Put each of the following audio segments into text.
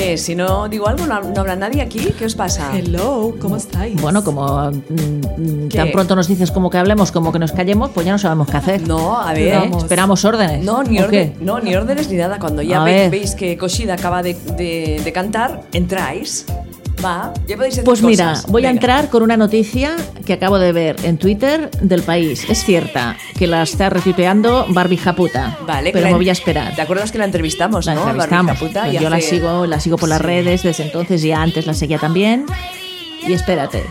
Oye, si no digo algo, no, no habla nadie aquí. ¿Qué os pasa? Hello, ¿cómo estáis? Bueno, como mm, mm, ¿Qué? tan pronto nos dices como que hablemos, como que nos callemos, pues ya no sabemos qué hacer. No, a ¿Eh? ver. vamos. Esperamos órdenes. No ni, ¿O orden- qué? no, ni órdenes ni nada. Cuando ya A ve- ver. veis que Koshida acaba de, de- de cantar, entráis. Va, ya podéis decir Pues mira, cosas. voy a Venga. entrar con una noticia que acabo de ver en Twitter del país. Es cierta, que la está retuiteando Barbie Japuta. Vale, pero la me en- voy a esperar. ¿Te acuerdas que la entrevistamos, La no? entrevistamos. Barbie Caputa, Pues y yo la hace- sigo, la sigo por las Sí. redes desde entonces, ya antes la seguía también. Y espérate.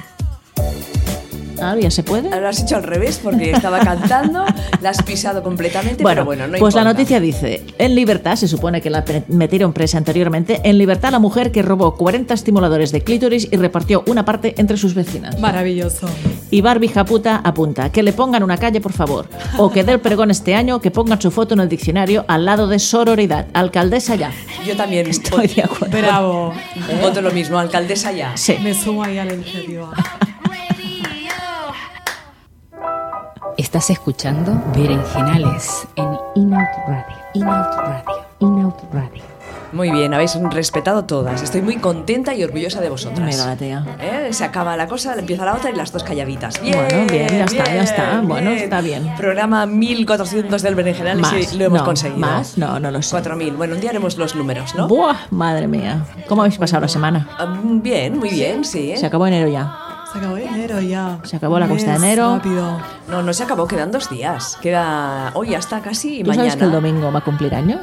Ahora ya se puede. Ahora lo has hecho al revés porque estaba cantando, la has pisado completamente, pero bueno, no pues la importa. noticia dice, en libertad, se supone que la pre- metieron presa anteriormente, en libertad la mujer que robó 40 estimuladores de clítoris y repartió una parte entre sus vecinas. Maravilloso. Y Barbie Japuta apunta, que le pongan una calle por favor, o que dé el pregón este año, que pongan su foto en el diccionario al lado de sororidad, alcaldesa ya. Yo también Estoy de acuerdo. Bravo. voto, voto lo mismo, alcaldesa ya. Sí. Me sumo ahí a la iniciativa. Estás escuchando Berenjenales en Inout Radio. Inout Radio. Inout Radio. Muy bien, habéis respetado todas. Estoy muy contenta y orgullosa de Me vosotras. va, tía. ¿Eh? Se acaba la cosa, empieza la otra y las dos calladitas. Bien, Bueno, bien, ya está, ya está. Bueno, está bien. Programa 1400 del Berenjenal y Más, sí, lo hemos no, conseguido. más, no, no lo sé. 4000. Bueno, un día haremos los números, ¿no? Buah, madre mía. ¿Cómo habéis pasado la semana? Ah, bien, muy bien, sí. ¿eh? Se acabó enero ya. Se acabó enero ya. Se acabó la Mes, cuesta de enero. Rápido. No, no se acabó, quedan dos días. Queda hoy hasta casi y ¿Tú mañana. sabes que el domingo va a cumplir años?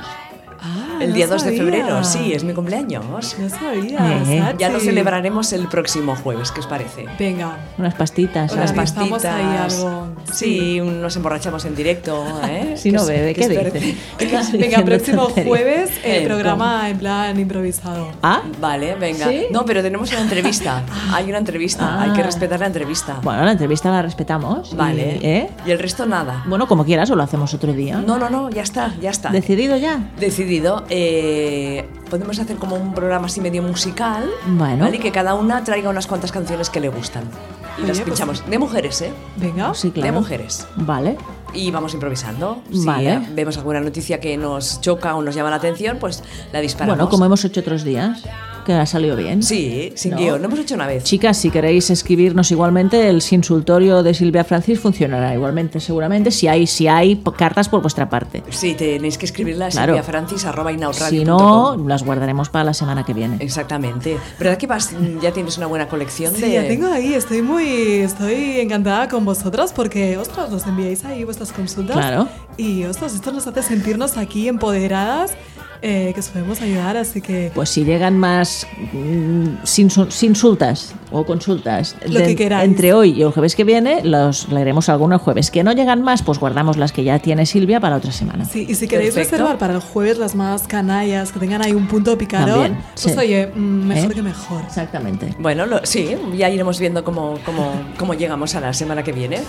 Ah, El no día 2 de sabía. febrero, sí, es mi cumpleaños. No sabía. Eh, eh. Sachi. Ya lo celebraremos el próximo jueves, ¿qué os parece? Venga. Unas pastitas. Unas algo. Organizamos pastitas. ahí algo. Sí, nos emborrachamos en directo, ¿eh? Si no bebe, ¿qué espero- dices? Estás Venga, diciendo próximo tonterías. jueves el Eh, programa en plan improvisado. ¿Ah? Vale, venga. ¿Sí? No, pero tenemos una entrevista. Hay una entrevista, hay que Ah. respetar la entrevista. Bueno, la entrevista la respetamos. y- Vale. ¿eh? Y el resto nada. Bueno, como quieras, o lo hacemos otro día. No, no, no, ya está, ya está. ¿Decidido ya? Decidido, eh, podemos hacer como un programa así medio musical, Bueno. ¿vale? Y que cada una traiga unas cuantas canciones que le gustan. Y Oye, las pues- pinchamos. De mujeres, ¿eh? Venga. Sí, claro. De mujeres. Vale. Y vamos improvisando. Vale. Si vemos alguna noticia que nos choca o nos llama la atención, pues la disparamos. Bueno, como hemos hecho otros días, que ha salido bien. Sí, sin No. guión. Lo hemos hecho una vez. Chicas, si queréis escribirnos igualmente, el sinsultorio de Silvia Francis funcionará igualmente, seguramente, si hay, si hay po- cartas por vuestra parte. Sí, tenéis que escribirla a Claro. silviafrancis@inauradio.com. Si no, las guardaremos para la semana que viene. Exactamente. ¿Verdad que vas, ya tienes una buena colección de...? Sí, ya tengo ahí, estoy muy, estoy encantada con vosotras porque, ostras, nos enviáis ahí vuestras consultas. Claro. Y, ostras, esto nos hace sentirnos aquí empoderadas, eh, que os podemos ayudar, así que Pues si llegan más mm, sinsu- sinsultas o consultas Lo que queráis. entre hoy y el jueves que viene, los leeremos algunos jueves. Que no llegan más, pues guardamos las que ya tiene Silvia para otra semana. Sí, y si queréis Perfecto. reservar para el jueves las más canallas, que tengan ahí un punto picarón, También, pues sí. oye, mm, mejor ¿Eh? que mejor. Exactamente. Bueno, lo- sí, ya iremos viendo cómo, cómo, cómo llegamos a la semana que viene.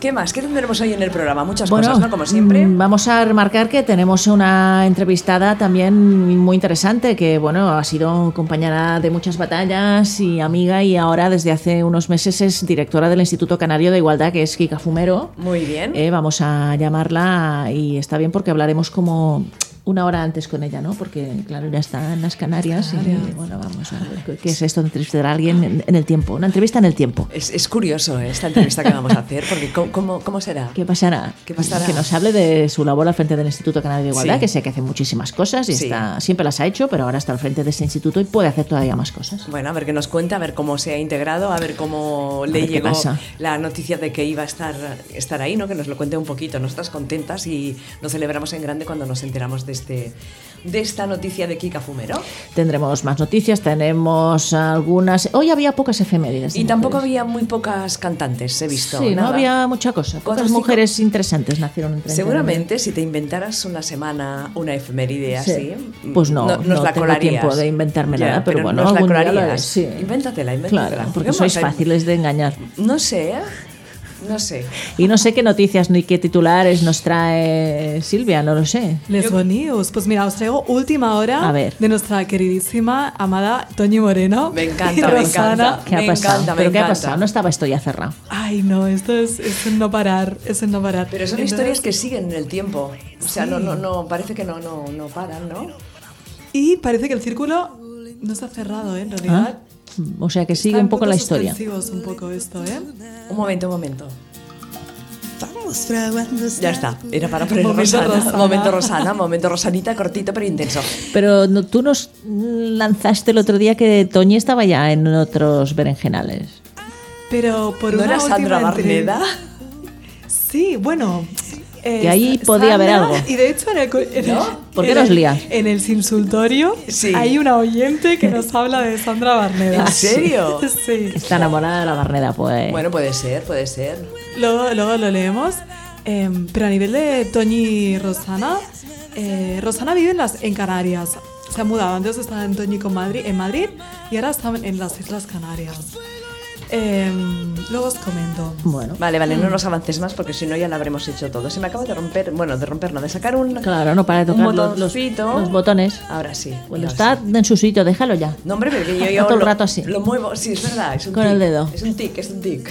¿Qué más? ¿Qué tendremos hoy en el programa? Muchas cosas, ¿no? Como siempre. mm, Vamos a remarcar que tenemos una entrevistada también muy interesante, que bueno, ha sido compañera de muchas batallas y amiga, y ahora desde hace unos meses es directora del Instituto Canario de Igualdad, que es Kika Fumero. Muy bien. Eh, vamos a llamarla y está bien porque hablaremos como una hora antes con ella, ¿no? Porque, claro, ya está en las Canarias. Y, bueno, vamos a ver qué- qué es esto de entrevistar a alguien en, en el tiempo. Una entrevista en el tiempo. Es, es curioso eh, esta entrevista que vamos a hacer, porque ¿cómo, cómo, cómo será? ¿Qué pasará? ¿Qué pasará? Que nos hable de su labor al frente del Instituto Canario de Igualdad, Sí. que sé que hace muchísimas cosas y Sí. está, siempre las ha hecho, pero ahora está al frente de ese instituto y puede hacer todavía más cosas. Bueno, a ver qué nos cuenta, a ver cómo se ha integrado, a ver cómo le ver qué llegó pasa. la noticia de que iba a estar, estar ahí, ¿no? Que nos lo cuente un poquito. Nosotras contentas y lo celebramos en grande cuando nos enteramos de, este, de esta noticia de Kika Fumero. Tendremos más noticias, tenemos algunas... Hoy había pocas efemérides. de Y tampoco mujeres. había muy pocas cantantes, he visto. Sí, nada. no había mucha cosa. Cuatro, Pocas cinco. mujeres interesantes nacieron entre Seguramente si te inventaras una semana, una efeméride Sí. así, Pues no, nos no la tengo colarías. tiempo de inventarme Ya, nada, pero bueno, nos la algún día lo colarías. haré, sí. Invéntatela, invéntatela. Claro, porque Vamos sois a- fáciles de engañar. No sé, ¿eh? no sé. Y no sé qué noticias ni qué titulares nos trae Silvia, no lo sé. Les Bonius, pues mira, os traigo última hora A ver. de nuestra queridísima, amada Toñi Moreno. Me y encanta, me Rosana. encanta. ¿Qué Me ha pasado? encanta, me ¿Pero qué ha encanta. pasado? No estaba esto ya cerrado. Ay, no, esto es, es un no parar, es un no parar. Pero son Entonces- historias que siguen en el tiempo. O sea, no, no, no, parece que no, no, no paran, ¿no? Y parece que el círculo No está cerrado, ¿eh? En realidad. O sea que Ah, sigue Está un poco la puntos historia. suspensivos un poco esto, ¿eh? Un momento, un momento. Vamos fraguando. Ya está, era para poner Momento Rosana. Rosana. Momento Rosana, momento Rosanita, cortito pero intenso. Pero no- tú nos lanzaste el otro día que Toñi estaba ya en otros berenjenales. Pero por ¿No una era Sandra última entre- Barneda? Sí, bueno. eh, Que ahí Sa- podía haber Sandra, algo. Y de hecho, en el. co- en ¿No? el- ¿Por qué en nos el- lías? En el Sinsultorio Sí. hay una oyente que nos habla de Sandra Barneda. ¿En serio? Sí. Está enamorada de la Barneda, pues. Bueno, puede ser, puede ser. Luego, luego lo leemos. Em, pero a nivel de Toñi y Rosana, eh, Rosana vive en, las, en Canarias. Se ha mudado. Antes estaba en Toñi con Madrid, en Madrid y ahora está en las Islas Canarias. Em, luego os comento. Bueno. Vale, vale, no nos avances más porque si no ya lo habremos hecho todo. Se me acaba de romper, bueno, de romper, no, de sacar un, Claro, no para de un tocar los, los- botoncito. los botones. Ahora sí. Cuando ahora está sí. en su sitio, déjalo ya. No, hombre, pero que yo, Está yo todo el lo- rato así. Lo muevo, sí, es verdad. Es un Con el tic, dedo. Es un tic, es un tic.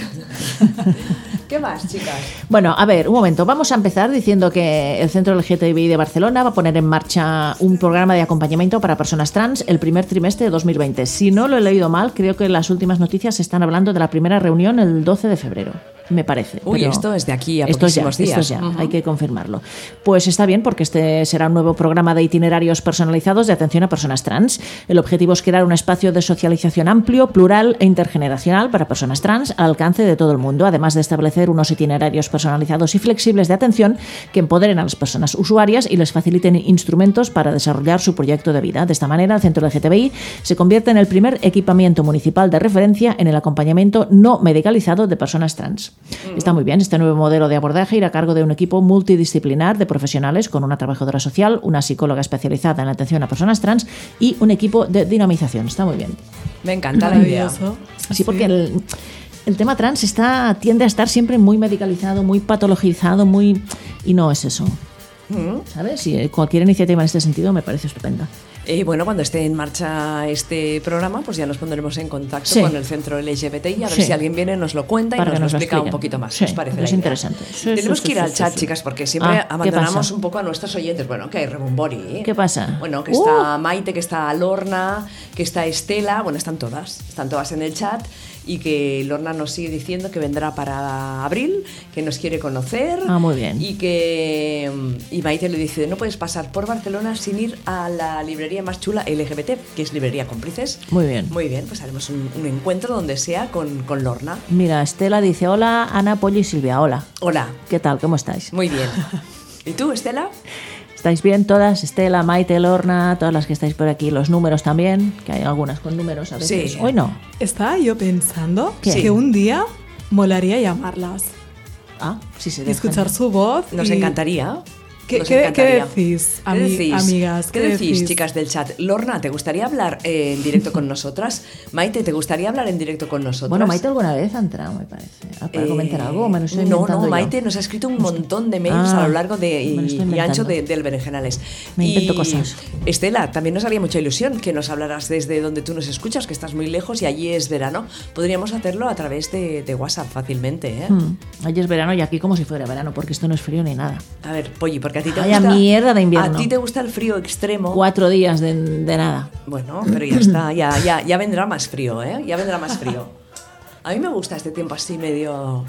¿Qué más, chicas? Bueno, a ver, un momento. Vamos a empezar diciendo que el Centro LGTBI de Barcelona va a poner en marcha un programa de acompañamiento para personas trans el primer trimestre de 2020. Si no lo he leído mal, creo que las últimas noticias están hablando de la primera reunión el 12 de febrero, me parece. Uy, pero esto es de aquí a esto es ya, poquísimos esto es días. ya, hay que confirmarlo. Pues está bien, porque este será un nuevo programa de itinerarios personalizados de atención a personas trans. El objetivo es crear un espacio de socialización amplio, plural e intergeneracional para personas trans al alcance de todo el mundo, además de establecer unos itinerarios personalizados y flexibles de atención que empoderen a las personas usuarias y les faciliten instrumentos para desarrollar su proyecto de vida. De esta manera, el Centro LGTBI se convierte en el primer equipamiento municipal de referencia en el acompañamiento no medicalizado de personas trans. Está muy bien, este nuevo modelo de abordaje irá a cargo de un equipo multidisciplinar de profesionales con una trabajadora social, una psicóloga especializada en la atención a personas trans y un equipo de dinamización. Está muy bien. Me encanta la idea. Maravilloso. Sí, porque el, el tema trans está, tiende a estar siempre muy medicalizado, muy patologizado, muy... Y no es eso. ¿Sabes? Y eh, cualquier iniciativa en este sentido me parece estupenda. Y Eh, bueno, cuando esté en marcha este programa, pues ya nos pondremos en contacto Sí. con el centro LGBTI a ver Sí. si alguien viene, nos lo cuenta y Para nos que lo nos lo explica un expliquen. poquito más. Sí, ¿Os parece es la idea? interesante. Sí, Tenemos sí, que ir sí, al sí, chat, sí. chicas, porque siempre Ah, ¿qué abandonamos pasa? un poco a nuestros oyentes. Bueno, que hay Rebumbori. ¿eh? ¿Qué pasa? Bueno, que Uh. está Maite, que está Lorna, que está Estela. Bueno, están todas. Están todas en el chat. Y que Lorna nos sigue diciendo que vendrá para abril, que nos quiere conocer. Ah, muy bien. Y que. mm, Y Maite le dice: No puedes pasar por Barcelona sin ir a la librería más chula LGBT, que es Librería Cómplices. Muy bien. Muy bien, pues haremos un, un encuentro donde sea con, con Lorna. Mira, Estela dice, hola Ana, Pollo y Silvia, hola. Hola. ¿Qué tal? ¿Cómo estáis? Muy bien. ¿Y tú, Estela? ¿Estáis bien todas? Estela, Maite, Lorna, todas las que estáis por aquí, los números también, que hay algunas con números a veces. Sí. Hoy no. Estaba yo pensando ¿Qué? que un día molaría llamarlas Ah, sí se y escuchar su voz. Nos y- encantaría. ¿Qué- Nos qué- qué encantaría. decís, ami- amigas? ¿Qué, ¿Qué decís, decís? chicas del chat? Lorna, ¿te gustaría hablar eh, en directo con nosotras? Maite, ¿te gustaría hablar en directo con nosotras? Bueno, Maite alguna vez ha entrado, me parece. Ah, ¿Para Eh, comentar algo? ¿O me lo estoy no, inventando no, yo? Maite nos ha escrito un montón de mails Ah, a lo largo de, me lo estoy y, y inventando. ancho de- del Berenjenales. Me Y, invento cosas. Estela, también nos haría mucha ilusión que nos hablaras desde donde tú nos escuchas, que estás muy lejos y allí es verano. Podríamos hacerlo a través de, de WhatsApp fácilmente. ¿eh? Mm, Allí es verano y aquí como si fuera verano, porque esto no es frío ni nada. A ver, Polly, porque a ti te Vaya gusta. mierda de invierno. A ti te gusta el frío extremo. Cuatro días de, de nada. Bueno, pero ya está, ya, ya, ya vendrá más frío, ¿eh? Ya vendrá más frío. A mí me gusta este tiempo así medio...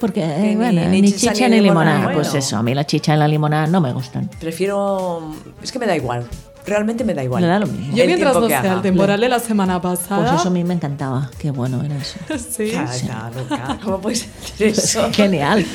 Porque, Que eh, ni- bueno, ni ni, chicha chicha ni ni, limonada, limonada. bueno. Pues eso, a mí la chicha y la limonada no me gustan. Pues Prefiero... Es que me da igual. Realmente me da igual. Me da lo mismo. El Yo mientras tiempo no que sea haga. el temporal de la semana pasada. Pues Ah. eso a mí me encantaba. Qué bueno era eso. Sí. Ya está, loca. ¿Cómo puedes decir eso? Genial.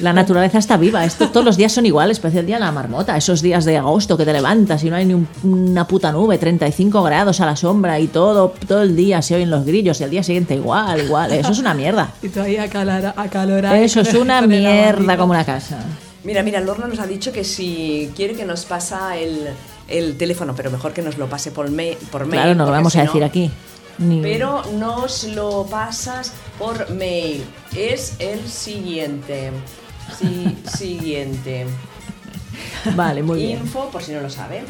La naturaleza está viva. Esto, todos los días son iguales, parece el día de la marmota. Esos días de agosto que te levantas y no hay ni un- una puta nube, 35 grados a la sombra y todo, todo el día se oyen los grillos y al día siguiente igual, igual. Eso es una mierda. Y todavía acalora, acalorada. Eh, Eso es una con el abanico. mierda como la casa. Mira, mira, Lorna nos ha dicho que si quiere que nos pasa el, el teléfono, pero mejor que nos lo pase por, me, por mail. Claro, no lo porque vamos si a no- decir aquí. Ni- Pero nos lo pasas por mail. Es el siguiente. Sí, siguiente. Vale, muy bien. Info, por si no lo sabe.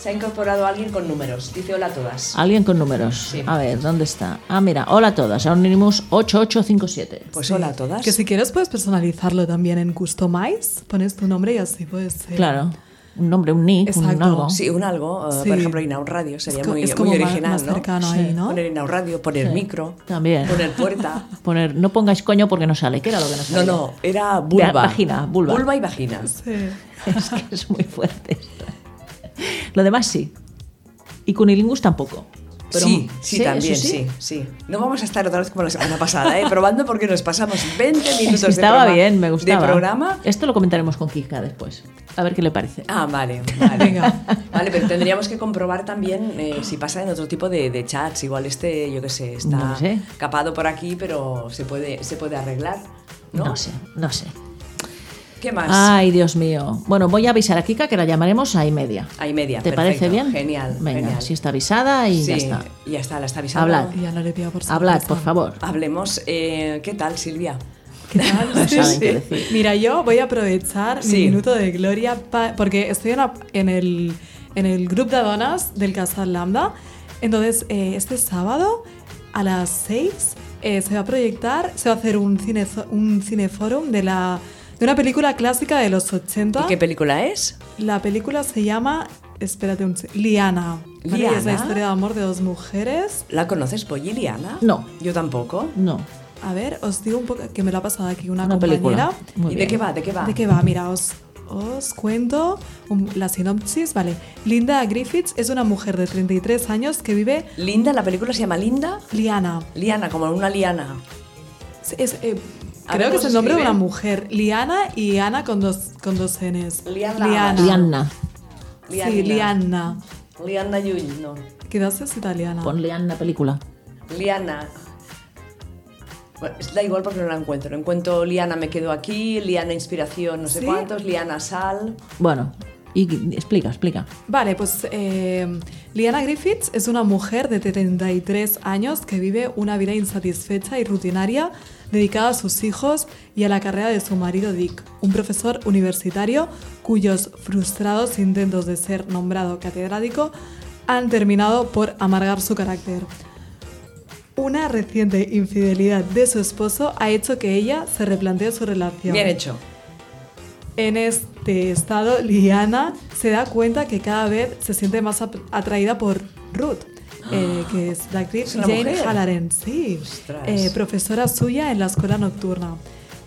Se ha incorporado alguien con números. Dice hola a todas. Alguien con números. Sí. A ver, ¿dónde está? Ah, mira, hola a todas. Anonymous 8857. Pues hola a todas. Que si quieres puedes personalizarlo también en Customize. Pones tu nombre y así puedes. eh, Claro. un nombre, un nick, un Exacto. algo. Sí, un algo, eh, Sí. por ejemplo, Inaun Radio sería Es co- muy, es como muy más- original, más ¿no? cercano ahí, ¿no? Poner Inaun Radio, poner micro, también. poner puerta. Poner, no pongáis coño porque no sale, que era lo que no No, salía. no, era vulva. vagina, vulva. Vulva y vagina. Sí. Es que es muy fuerte esto. Lo demás sí. Y cunilingus tampoco. Pero- sí, sí, ¿Eso también, sí? sí, No vamos a estar otra vez como la semana pasada, ¿eh? probando porque nos pasamos 20 minutos Es que de estaba programa- bien, me gustaba. De programa. Esto lo comentaremos con Kika después. A ver qué le parece. Ah, vale, vale. Venga. Vale, pero tendríamos que comprobar también eh, si pasa en otro tipo de, de chats. Igual este, yo qué sé, está No lo sé. capado por aquí, pero se puede, se puede arreglar, ¿no? ¿No? sé, Ah, no sé. ¿Qué más? Ay, Dios mío. Bueno, voy a avisar a Kika que la llamaremos a y media. Ahí media. ¿Te Ah, perfecto. parece bien? Genial. Venga, genial. si está avisada y ya Sí, está. ya está, la está avisando. Hablad. Y ya no le pido por Hablad, sorpresa. por favor. Hablemos. eh, ¿Qué tal, Silvia? ¿Qué tal? No saben Sí, qué Pues sí. decir. Mira, yo voy a aprovechar Sí. mi minuto de gloria pa- porque estoy en, la- en el, en el grupo de donas del Casa Lambda. Entonces, eh, este sábado a las 6 eh, se va a proyectar, se va a hacer un, cine, un cineforum de, la, de una película clásica de los 80. ¿Y qué película es? La película se llama, espérate un se- Liana. ¿vale? Y Es Liana. la historia de amor de dos mujeres. ¿La conoces, Polliliana? No. Yo tampoco. No. A ver, os digo un poco que me lo ha pasado aquí una, Una compañera. película. Muy ¿Y bien. de qué va? ¿De qué va? ¿De qué va? Mira, os, os cuento un- la sinopsis, ¿vale? Linda Griffiths es una mujer de 33 años que vive Linda, la película se llama Linda. Liana. Liana, como una liana. Es- es, eh, A ver creo que cómo es se el nombre de escribe. una mujer. Liana y Ana con dos, con dos Ns. Liana. Lianna. Sí, Liana. Liana Llull, no. Quizás es italiana. Pon Lianna película. Liana. Bueno, es- da igual porque no la encuentro. No encuentro Liana me quedo aquí, Liana Inspiración no sé ¿Sí? cuántos, Liana Sal. Bueno, y explica, explica. Vale, pues eh, Liana Griffiths es una mujer de 33 años que vive una vida insatisfecha y rutinaria dedicada a sus hijos y a la carrera de su marido Dick, un profesor universitario cuyos frustrados intentos de ser nombrado catedrático han terminado por amargar su carácter. Una reciente infidelidad de su esposo ha hecho que ella se replantee su relación. Bien hecho. En este estado, Liana se da cuenta que cada vez se siente más ap- atraída por Ruth, eh, que es la actriz Ah. Es una Jane mujer. Halloran, sí, Ostras. eh, profesora suya en la escuela nocturna.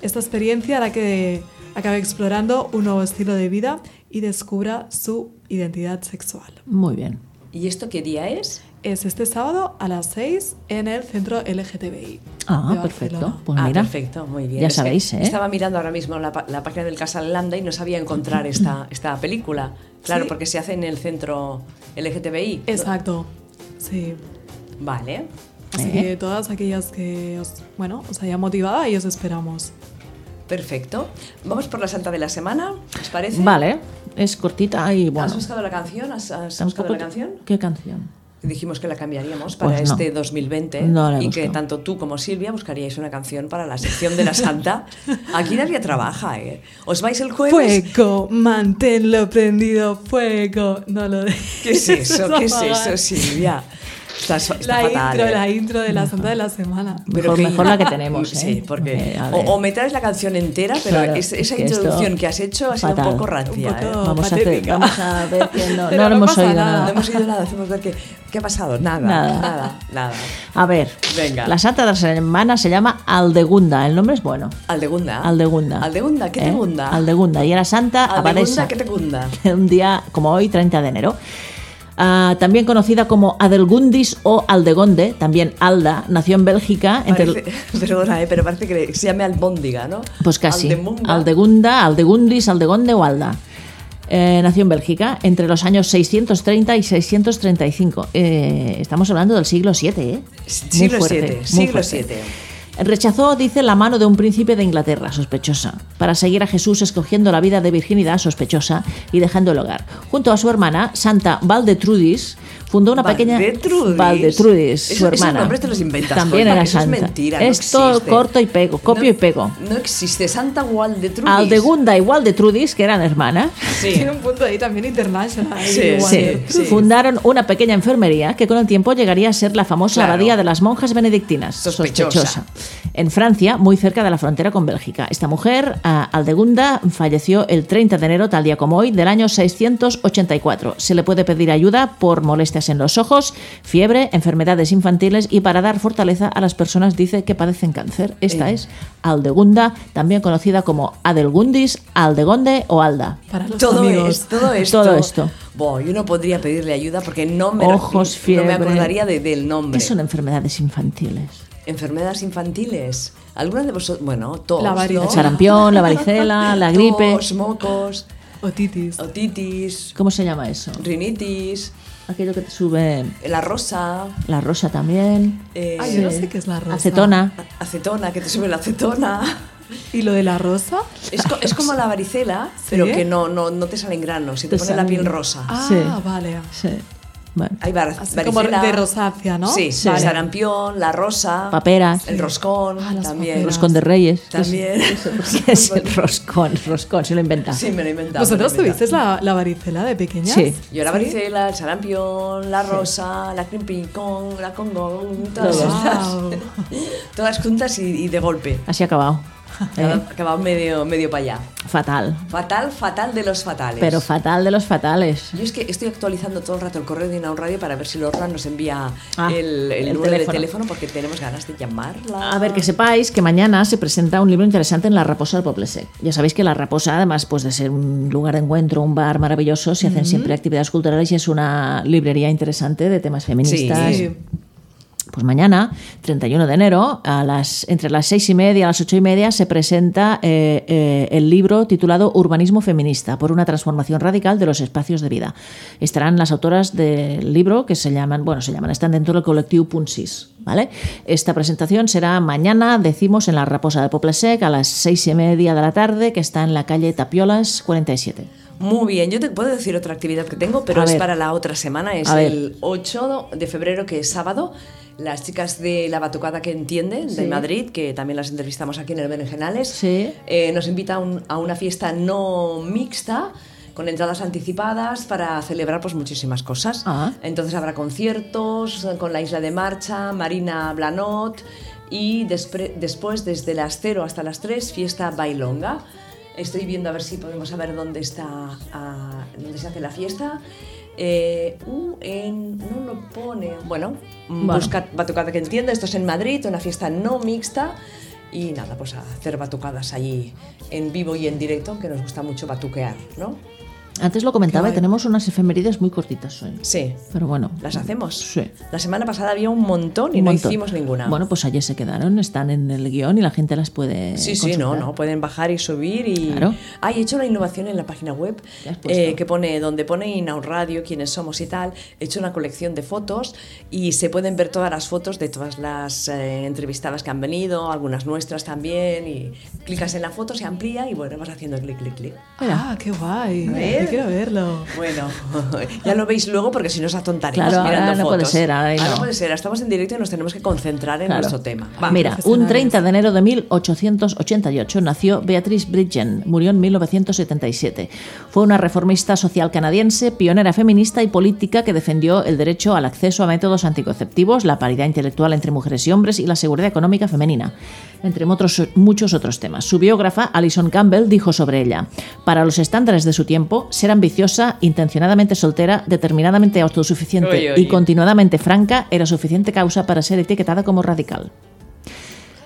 Esta experiencia hará que acabe explorando un nuevo estilo de vida y descubra su identidad sexual. Muy bien. ¿Y esto qué día es? Es este sábado a las 6 en el centro LGTBI. Ah, de perfecto. Barcelona. Pues ah, mira. perfecto, muy bien. Ya Es que sabéis, ¿eh? Estaba mirando ahora mismo la, pa- la página del Casal Lambda y no sabía encontrar esta, esta película. Claro, Sí. porque se hace en el centro LGTBI. ¿no? Exacto, sí. Vale. Así ¿Eh? que todas aquellas que os, bueno, os haya motivado, ahí os esperamos. Perfecto. Vamos por la santa de la semana, ¿os parece? Vale, es cortita y bueno. ¿Has buscado la canción? ¿Has, has buscado tampoco la te- canción? ¿Qué canción? Dijimos que la cambiaríamos para Pues no. este 2020 No la he y que buscado. tanto tú como Silvia buscaríais una canción para la sección de la Santa. Aquí nadie trabaja, ¿eh? Os vais el Pues jueves. Fuego, manténlo prendido, fuego. No lo dejes. ¿Qué es eso? ¿Qué es apagar. eso, Silvia? Estás, está La fatal, intro, ¿eh? la intro de la Santa de la Semana. Mejor- mejor la que tenemos, ¿eh? Sí, porque Eh, a o, ver. o me traes la canción entera, pero Claro, es- es esa que esto- introducción que has hecho ha sido fatal. un poco rancia. Un poco- ¿eh? vamos, a hacer, patética. vamos a ver que no, Pero no no hemos pasa oído nada. nada. No hemos oído nada, hacemos ver que, qué ha pasado. Nada, Nada. nada, nada. A ver, Venga. la santa de la semana se llama Aldegunda. El nombre es bueno. Aldegunda. Aldegunda. Ah, Aldegunda, ¿qué te ¿Eh? ah, gunda? Aldegunda. Y era santa abadesa. Aldegunda, ¿qué te gunda? Un día como hoy, 30 de enero. Ah, también conocida como Adelgundis o Aldegonde, también Alda, nació en Bélgica entre el- Parece, perdona, eh, pero parece que se llame albóndiga, ¿no? Pues casi. Aldemunda. Aldegunda, Aldegundis, Aldegonde o Alda. Eh, nació en Bélgica entre los años 630 y 635. Eh, estamos hablando del siglo VII, ¿eh? Muy Siglo fuerte, VII, muy siglo fuerte. VII. Rechazó, dice, la mano de un príncipe de Inglaterra, sospechosa, para seguir a Jesús escogiendo la vida de virginidad, sospechosa, y dejando el hogar. Junto a su hermana, Santa Valdetrudis, fundó una pequeña... Valdetrudis. Valdetrudis, su Eso- esos hermana. nombres te los inventas, También Juanma, era que eso es santa. mentira, no Esto existe. corto y pego, copio No- y pego. No existe Santa Waldetrudis. Aldegunda igual de Trudis, que eran hermanas. Sí. Tiene un punto ahí también internacional. Sí, sí. ahí, Wander. Sí. Fundaron una pequeña enfermería que con el tiempo llegaría a ser la famosa Claro. abadía de las monjas benedictinas. Sospechosa. En Francia, muy cerca de la frontera con Bélgica. Esta mujer, a- Aldegunda, falleció el 30 de enero, tal día como hoy, del año 684. Se le puede pedir ayuda por molestias en los ojos, fiebre, enfermedades infantiles y para dar fortaleza a las personas, dice, que padecen cáncer. Esta es Aldegunda, también conocida como Adelgundis, Aldegonde o Alda. Para los Todo, amigos. es, todo esto. Todo esto. Buah, yo no podría pedirle ayuda porque no me, Ojos, no me fiebre. acordaría de- del nombre. ¿Qué son enfermedades infantiles? Enfermedades infantiles. ¿Alguna de vosotros? Bueno, tos. La varicela. ¿no? El sarampión, la varicela, la gripe. Tos, mocos, Otitis. otitis, ¿Cómo se llama eso? rinitis, Aquello que te sube la rosa, la rosa también. eh, Ah, yo no sé qué es la rosa. Acetona. acetona, que te sube la acetona. ¿Y lo de la rosa? Es, co- es como la varicela, pero que no, no, no te salen granos, se te, Te pone la salen- piel rosa. Ah, Sí. vale. Sí. Bueno. Hay var- Así varicela. como de rosácea, ¿no? Sí, Sí. el sarampión, la rosa. Paperas. El roscón, Ah, las también. paperas. Roscón de Reyes. ¿Qué es- Eh, También. ¿Qué es el roscón? Roscón, se lo inventa. Sí, me lo he inventado. ¿Vosotros me lo he tuvisteis inventado. la, la varicela de pequeñas? Sí. Yo la varicela, el sarampión, la rosa, la crimpicón, la congo, todas, Todo. juntas. Wow. Eh. todas juntas y, y de golpe. Así ha acabado. Cada- Eh, Acabado medio, medio para allá. Fatal. Fatal, fatal de los fatales. Pero fatal de los fatales. Yo es que estoy actualizando todo el rato el correo de Inaun Radio para ver si Lorna nos envía Ah, el, el el número de teléfono. teléfono porque tenemos ganas de llamarla. A ver, que sepáis que mañana se presenta un libro interesante en La Raposa del Poble Sec. Ya sabéis que La Raposa, además pues de ser un lugar de encuentro, un bar maravilloso, se hacen siempre actividades culturales y es una librería interesante de temas feministas. Sí. Pues mañana, 31 de enero, a las, entre las 6 y media y las 8 y media, se presenta eh, eh, el libro titulado Urbanismo Feminista, por una transformación radical de los espacios de vida. Estarán las autoras del libro que se llaman, bueno, se llaman, están dentro del colectivo Punsis. ¿Vale? Esta presentación será mañana, decimos, en la Raposa de Poplesec a las seis y media de la tarde, que está en la calle Tapiolas 47. Muy bien, yo te puedo decir otra actividad que tengo, pero A es ver. para la otra semana, es A ver. el 8 de febrero, que es sábado. Las chicas de La Batucada que entienden, de Madrid, que también las entrevistamos aquí en el Berenjenales, Sí. eh, nos invita a, un- a una fiesta no mixta, con entradas anticipadas, para celebrar pues muchísimas cosas. Ah. Entonces habrá conciertos eh, con la Isla de Marcha, Marina Blanot y despre- después desde las 0 hasta las 3 fiesta bailonga. Estoy viendo a ver si podemos saber dónde está ah, dónde se hace la fiesta. Eh, uh, en- no lo pone. Bueno, mm, Bueno. busca batucada que entienda. Esto es en Madrid, una fiesta no mixta. Y nada, pues a hacer batucadas allí en vivo y en directo, que nos gusta mucho batuquear, ¿no? Antes lo comentaba, y tenemos unas efemérides muy cortitas hoy. Sí. Pero bueno. ¿Las hacemos? Sí. La semana pasada había un montón y Un no montón. hicimos ninguna. Bueno, pues ayer se quedaron, están en el guión y la gente las puede. Sí, sí, no, eh, consultar. no, pueden bajar y subir y... Claro. Ah, y he hecho una innovación en la página web ¿Qué has puesto? eh, que pone, donde pone Inaun Radio, quiénes somos y tal, he hecho una colección de fotos y se pueden ver todas las fotos de todas las eh, entrevistadas que han venido, algunas nuestras también, y clicas en la foto, se amplía y bueno, vas haciendo clic, clic, clic. Ah, qué guay. ver. Yo quiero verlo. Bueno, ya lo veis luego porque si no os atontaremos Claro, mirando ahora no fotos. puede ser, ahora no. puede ser, estamos en directo y nos tenemos que concentrar en Claro. nuestro tema. Va. Mira, un profesionales. 30 de enero de 1888 nació Beatrice Bridgen, murió en 1977. Fue una reformista social canadiense, pionera feminista y política que defendió el derecho al acceso a métodos anticonceptivos, la paridad intelectual entre mujeres y hombres y la seguridad económica femenina, entre otros- muchos otros temas. Su biógrafa, Alison Campbell, dijo sobre ella, para los estándares de su tiempo, ser ambiciosa, intencionadamente soltera, determinadamente autosuficiente Oye, y oye. continuadamente franca era suficiente causa para ser etiquetada como radical.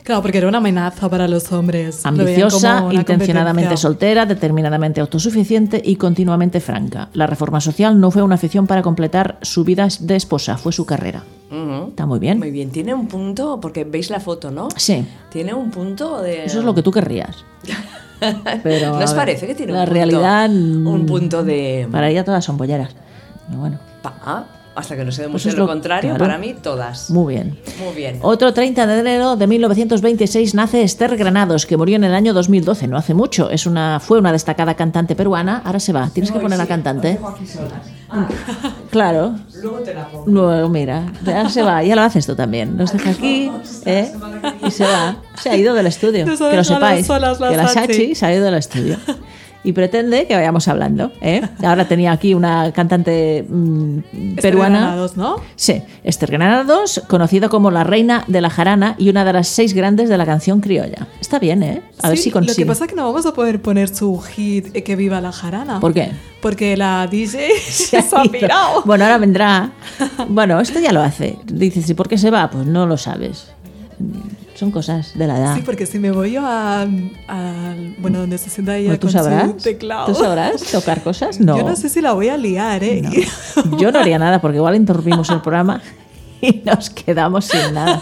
Claro, porque era una amenaza para los hombres. Lo veían Ambiciosa, como una intencionadamente competencia. soltera, determinadamente autosuficiente y continuamente franca. La reforma social no fue una afición para completar su vida de esposa, fue su carrera. Ujú. Está muy bien. Muy bien, tiene un punto, porque veis la foto, ¿no? Sí, Tiene un punto de... eso es lo que tú querrías. Pero, a ¿Nos ver, parece que tiene la un punto? realidad, mm, Un punto de... Para ella todas son bolleras. Pero bueno, Pa- ah, hasta que nos Pues demos es lo, lo- contrario, claro. para mí todas. muy Oh. bien. Muy bien. Otro 30 de enero de 1926 nace Esther Granados, que murió en el año 2012, no hace mucho. Es una, fue una destacada cantante peruana. Ahora se va. Tienes que poner la cantante. Claro. Ah. Luego te la pongo. Luego, mira. Ya se va. Ya lo haces tú también. Nos deja aquí. ¿eh? Y se va. Se ha ido del estudio. Nos ha que lo dejado sepáis. solas la que la Sachi. Sachi se ha ido del estudio. y pretende que vayamos hablando. ¿eh? Ahora tenía aquí una cantante mm, peruana. Granados, ¿no? Sí, Esther Granados, conocida como la reina de la jarana y una de las seis grandes de la canción criolla. Está bien, ¿eh? A ver Sí, si consigue. Lo que pasa es que no vamos a poder poner su hit eh, Que viva la jarana. ¿Por qué? Porque la DJ se Se ha ha ido. pirado. Bueno, ahora vendrá. Bueno, esto ya lo hace. Dices, ¿y por qué se va? Pues no lo sabes. Mm, Son cosas de la edad. Sí, porque si me voy yo a, a- bueno, donde se sienta ella Bueno, Pues ¿Tú con su sabrás? teclado. ¿Tú sabrás tocar cosas? No. Yo no sé si la voy a liar, ¿eh? Yo no haría nada porque igual interrumpimos el programa y nos quedamos sin nada.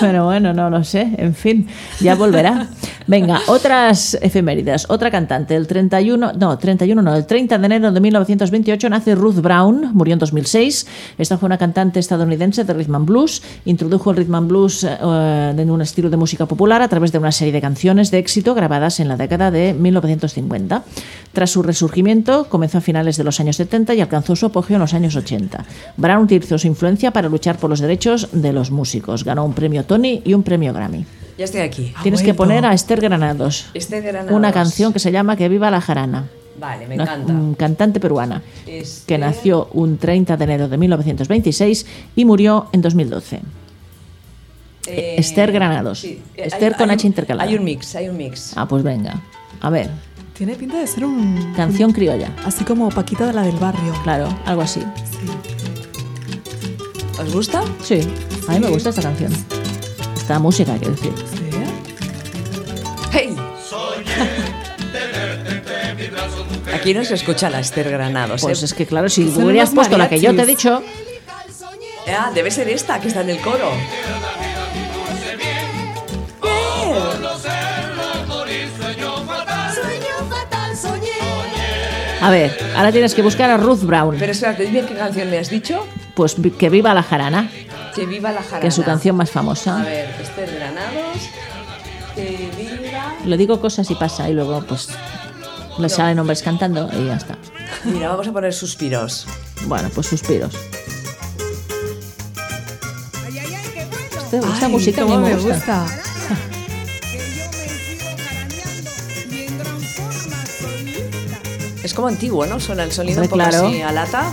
Pero bueno, no lo sé. En fin, ya volverá. Venga, otras efemérides. Otra cantante. El 31, no, 31 no, el 30 de enero de 1928 nace Ruth Brown, murió en 2006. Esta fue una cantante estadounidense de rhythm and blues. Introdujo el rhythm and blues eh, eh, en un estilo de música popular a través de una serie de canciones de éxito grabadas en la década de 1950. Tras su resurgimiento, comenzó a finales de los años 70 y alcanzó su apogeo en los años 80. Brown utilizó su influencia para luchar por los derechos de los músicos. Ganó un premio Tony y un premio Grammy. Ya estoy aquí. Ha Tienes que vuelto. poner a Esther Granados. Esther Granados. Una canción que se llama Que viva la jarana. Vale, me Una encanta. mm, cantante peruana que Esther- nació un 30 de enero de 1926 y murió en 2012. Eh, Esther Granados. Esther con H intercalada. Hay un mix, hay un mix. Ah, pues venga. A ver, Tiene pinta de ser un... canción criolla. Así como Paquita de la del barrio. Claro, algo así. ¿Os gusta? Sí, a mí me gusta esta canción. Esta música, quiero decir. Sí. ¡Hey! Aquí no se escucha la Esther Granados. Pues ¿eh? es que claro, si Son hubieras unos puesto la que yo te he mariachis. dicho, Ah, debe ser esta que está en el coro. Eh, a ver, ahora tienes que buscar a Ruth Brown. Pero espera, dime qué canción me has dicho. Pues vi- que viva la jarana, Que viva la jarana. que es su canción más A famosa. ver, Esther Granados. Que viva. Le digo cosas y pasa y luego pues le salen hombres cantando y ya está. Mira, vamos a poner suspiros. Bueno, pues suspiros. Ay, ay, ay, qué bueno. Esta, Este- esta Ay, música a mí cómo me me gusta. gusta. Que yo me sigo caraneando y en gran forma solista. Es como antiguo, ¿no? Suena el sonido Hombre, un poco claro. así a lata.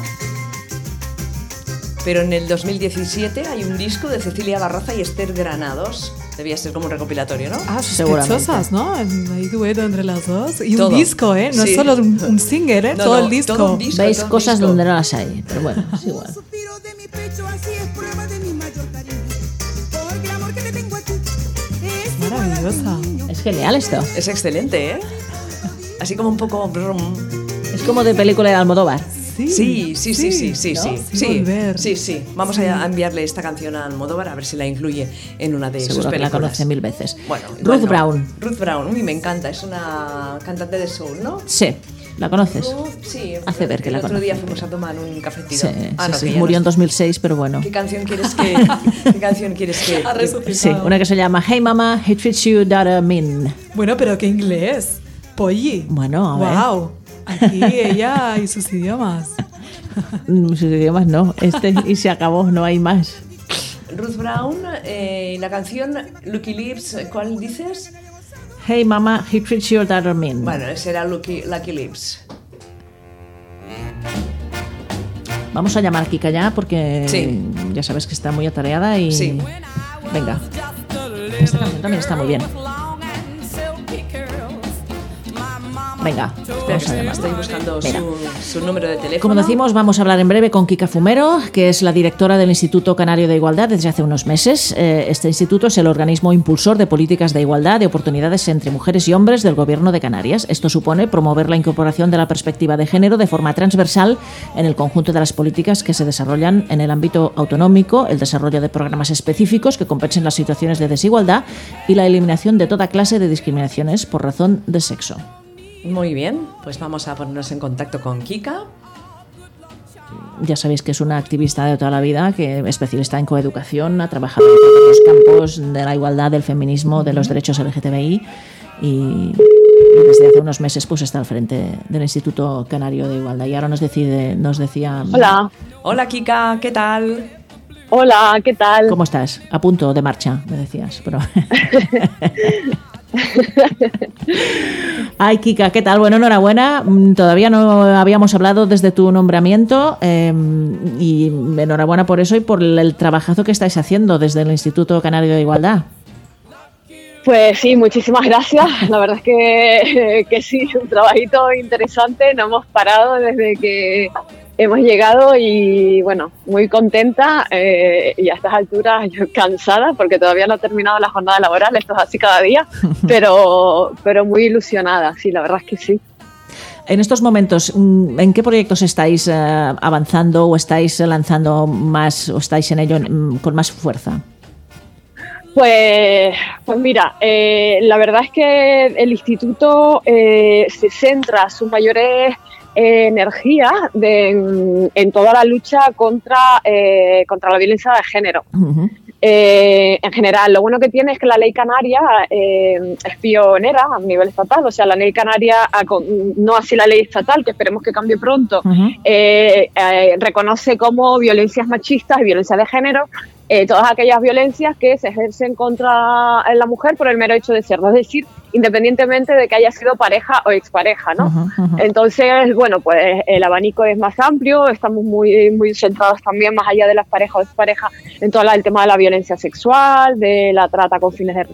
Pero en el 2017 hay un disco de Cecilia Barraza y Esther Granados. Debía ser como un recopilatorio, ¿no? Ah, Seguramente. sospechosas, ¿no? Hay dueto entre las dos. Y Todo. un disco, ¿eh? No Sí. es solo un, un single, ¿eh? No, todo no, el disco. todo un disco. Veis todo un cosas disco. donde no las hay, pero bueno, es igual. Un suspiro de mi pecho, así es prueba de mi mayor cariño. Porque el amor que te tengo a ti es igual al de un Maravillosa. niño. Es genial esto. Es excelente, ¿eh? Así como un poco... brum. Es como de película de Almodóvar. Sí, Sí, sí, sí, sí, sí, ¿no? sí. Sin Sí, volver. sí, sí. Vamos a a enviarle esta canción a Almodóvar a ver si la incluye en una de sus Seguro que la películas. conoce mil veces. Bueno, igual Ruth no. Brown. Ruth Brown, uy, me encanta. Es una cantante de soul, ¿no? Sí, ¿la conoces? Ruth, sí. Hace ver que el la otro día conoce, fuimos a tomar un cafetito. Sí, Ah, sí, no, sí, que ya murió no en 2006, pero bueno. ¿Qué canción quieres que.? ¿Qué canción quieres que.? Ha resucitado. Sí, una que se llama Hey Mama, He Treats You That I Mean. Bueno, pero qué inglés. Polly. Bueno, a wow. Aquí ella y sus idiomas. Mm, Sus idiomas no, este y se acabó, no hay más. Ruth Brown, eh, la canción Lucky Lips, ¿cuál dices? Hey Mama, He Treats You That I Mean. Bueno, será Lucky, Lucky Lips. Vamos a llamar a Kika ya porque Sí. ya sabes que está muy atareada y. Sí. Venga. Esta canción también está muy bien. Venga, Espera, vamos a que llamar. estoy buscando Mira. su, su número de teléfono. Como decimos, vamos a hablar en breve con Kika Fumero, que es la directora del Instituto Canario de Igualdad desde hace unos meses. Eh, Este instituto es el organismo impulsor de políticas de igualdad de oportunidades entre mujeres y hombres del Gobierno de Canarias. Esto supone promover la incorporación de la perspectiva de género de forma transversal en el conjunto de las políticas que se desarrollan en el ámbito autonómico, el desarrollo de programas específicos que compensen las situaciones de desigualdad y la eliminación de toda clase de discriminaciones por razón de sexo. Muy bien, pues vamos a ponernos en contacto con Kika. ya sabéis que es una activista de toda la vida, que es especialista en coeducación, ha trabajado en todos los campos de la igualdad, del feminismo, de los derechos LGTBI y, y desde hace unos meses pues está al frente del Instituto Canario de Igualdad y ahora nos decide, nos decía Hola, Hola Kika, ¿qué tal? hola, ¿qué tal? ¿Cómo estás? A punto de marcha, me decías, pero Ay, Kika, ¿qué tal? Bueno, enhorabuena. Mm, Todavía no habíamos hablado desde tu nombramiento eh, y enhorabuena por eso y por el, el trabajazo que estáis haciendo desde el Instituto Canario de Igualdad. Pues sí, muchísimas gracias. La verdad es que, que sí, un trabajito interesante. No hemos parado desde que hemos llegado y bueno, muy contenta eh, y a estas alturas yo cansada porque todavía no ha terminado la jornada laboral. Esto es así cada día, pero, pero muy ilusionada. Sí, la verdad es que sí. En estos momentos, mm, ¿en qué proyectos estáis eh, avanzando o estáis lanzando más o estáis en ello mm, con más fuerza? Pues, pues mira, eh, la verdad es que el instituto eh, se centra sus mayores eh, energías de- en, en toda la lucha contra, eh, contra la violencia de género. Ujú. Eh, en general, lo bueno que tiene es que la ley canaria eh, es pionera a nivel estatal, o sea, la ley canaria, ha con- no así la ley estatal, que esperemos que cambie pronto, Ujú. eh, eh, reconoce como violencias machistas y violencia de género eh, todas aquellas violencias que se ejercen contra la mujer por el mero hecho de serlo, es decir, independientemente de que haya sido pareja o expareja, ¿no? Ujú, ujú. Entonces, bueno, pues el abanico es más amplio, estamos muy, muy centrados también, más allá de las parejas o exparejas, en todo la- el tema de la violencia sexual, de la trata con fines de,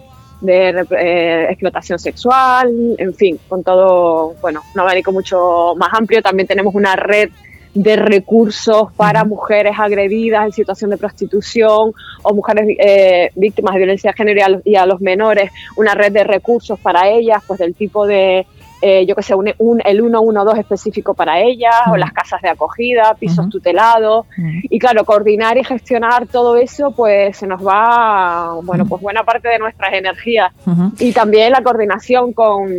de, eh, explotación sexual, en fin, con todo, bueno, un abanico mucho más amplio. También tenemos una red de recursos para mujeres agredidas en situación de prostitución o mujeres eh, víctimas de violencia de género y a los- y a los menores, una red de recursos para ellas, pues del tipo de eh, yo que sé, un, un- el 112 específico para ellas, o Ujú. las casas de acogida, pisos Ujú. tutelados. Ujú. Y claro, coordinar y gestionar todo eso, pues se nos va, bueno, pues buena parte de nuestras energías. Ujú. Y también la coordinación con,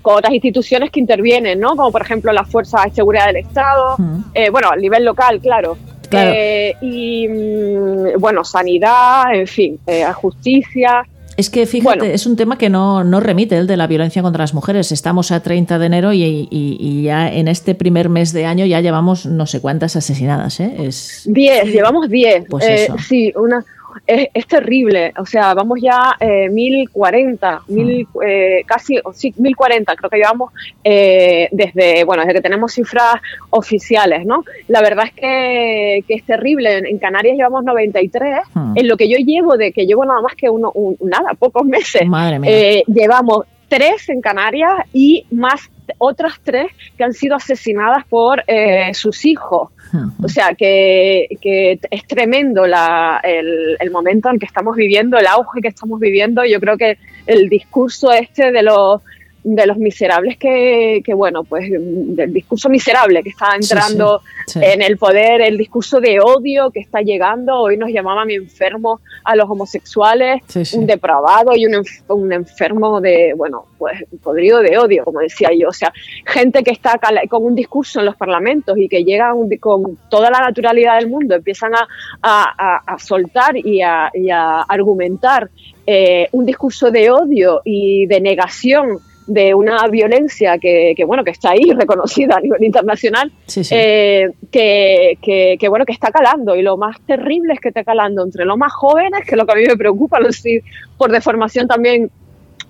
con otras instituciones que intervienen, ¿no? Como por ejemplo las Fuerzas de Seguridad del Estado, Ujú. eh, bueno, a nivel local, claro. Claro. Eh, y mm, bueno, sanidad, en fin, eh, justicia. Es que fíjate, Bueno. es un tema que no, no remite, el de la violencia contra las mujeres. Estamos a 30 de enero y, y- y ya en este primer mes de año ya llevamos no sé cuántas asesinadas. ¿eh? Es, 10, llevamos 10. Pues Eh, eso. sí, una, es, es terrible. O sea, vamos ya eh, 1040, mil, Mm. eh, casi, o sí, 1040, creo que llevamos eh, desde, bueno, desde que tenemos cifras oficiales, ¿no? La verdad es que, que es terrible. En, en Canarias llevamos 93. Hmm. En lo que yo llevo, de que llevo nada más que uno, un- nada, pocos meses, Madre mía. eh, llevamos tres en Canarias y más otras tres que han sido asesinadas por eh, sus hijos. Ujú. O sea, que, que es tremendo la- el, el momento en que estamos viviendo, el auge que estamos viviendo. Yo creo que el discurso este de los de los miserables que, que, bueno, pues del discurso miserable que está Sí, sí, entrando sí. en el poder, el discurso de odio que está llegando. Hoy nos llamaban enfermos a los homosexuales, Sí, sí. un depravado y un, enf- un enfermo de, bueno, pues podrido de odio, como decía yo. O sea, gente que está cala- con un discurso en los parlamentos y que llega un di- con toda la naturalidad del mundo, empiezan a, a- a- a soltar y a, y a argumentar eh, un discurso de odio y de negación de una violencia que, que, bueno que está ahí reconocida a nivel internacional Sí, sí. eh, que, que- que, bueno que está calando y lo más terrible es que está calando entre los más jóvenes, que es lo que a mí me preocupa, lo sé por deformación también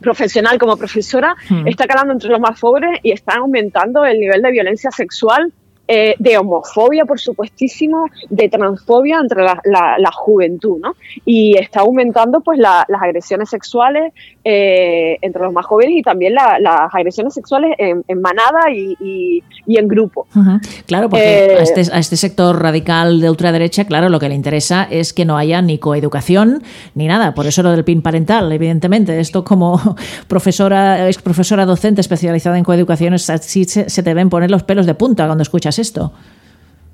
profesional como profesora, Hmm. está calando entre los más pobres y está aumentando el nivel de violencia sexual, eh, de homofobia, por supuestísimo, de transfobia entre la, la- la juventud, ¿no? Y está aumentando pues la- las agresiones sexuales eh, entre los más jóvenes y también la- las agresiones sexuales en, en manada y- y- y en grupo. Ujú. Claro, porque Eh, a, este, a este sector radical de ultraderecha, claro, lo que le interesa es que no haya ni coeducación ni nada. Por eso lo del PIN parental, evidentemente. Esto como profesora, ex profesora docente especializada en coeducación, es así se, se te ven poner los pelos de punta cuando escuchas esto.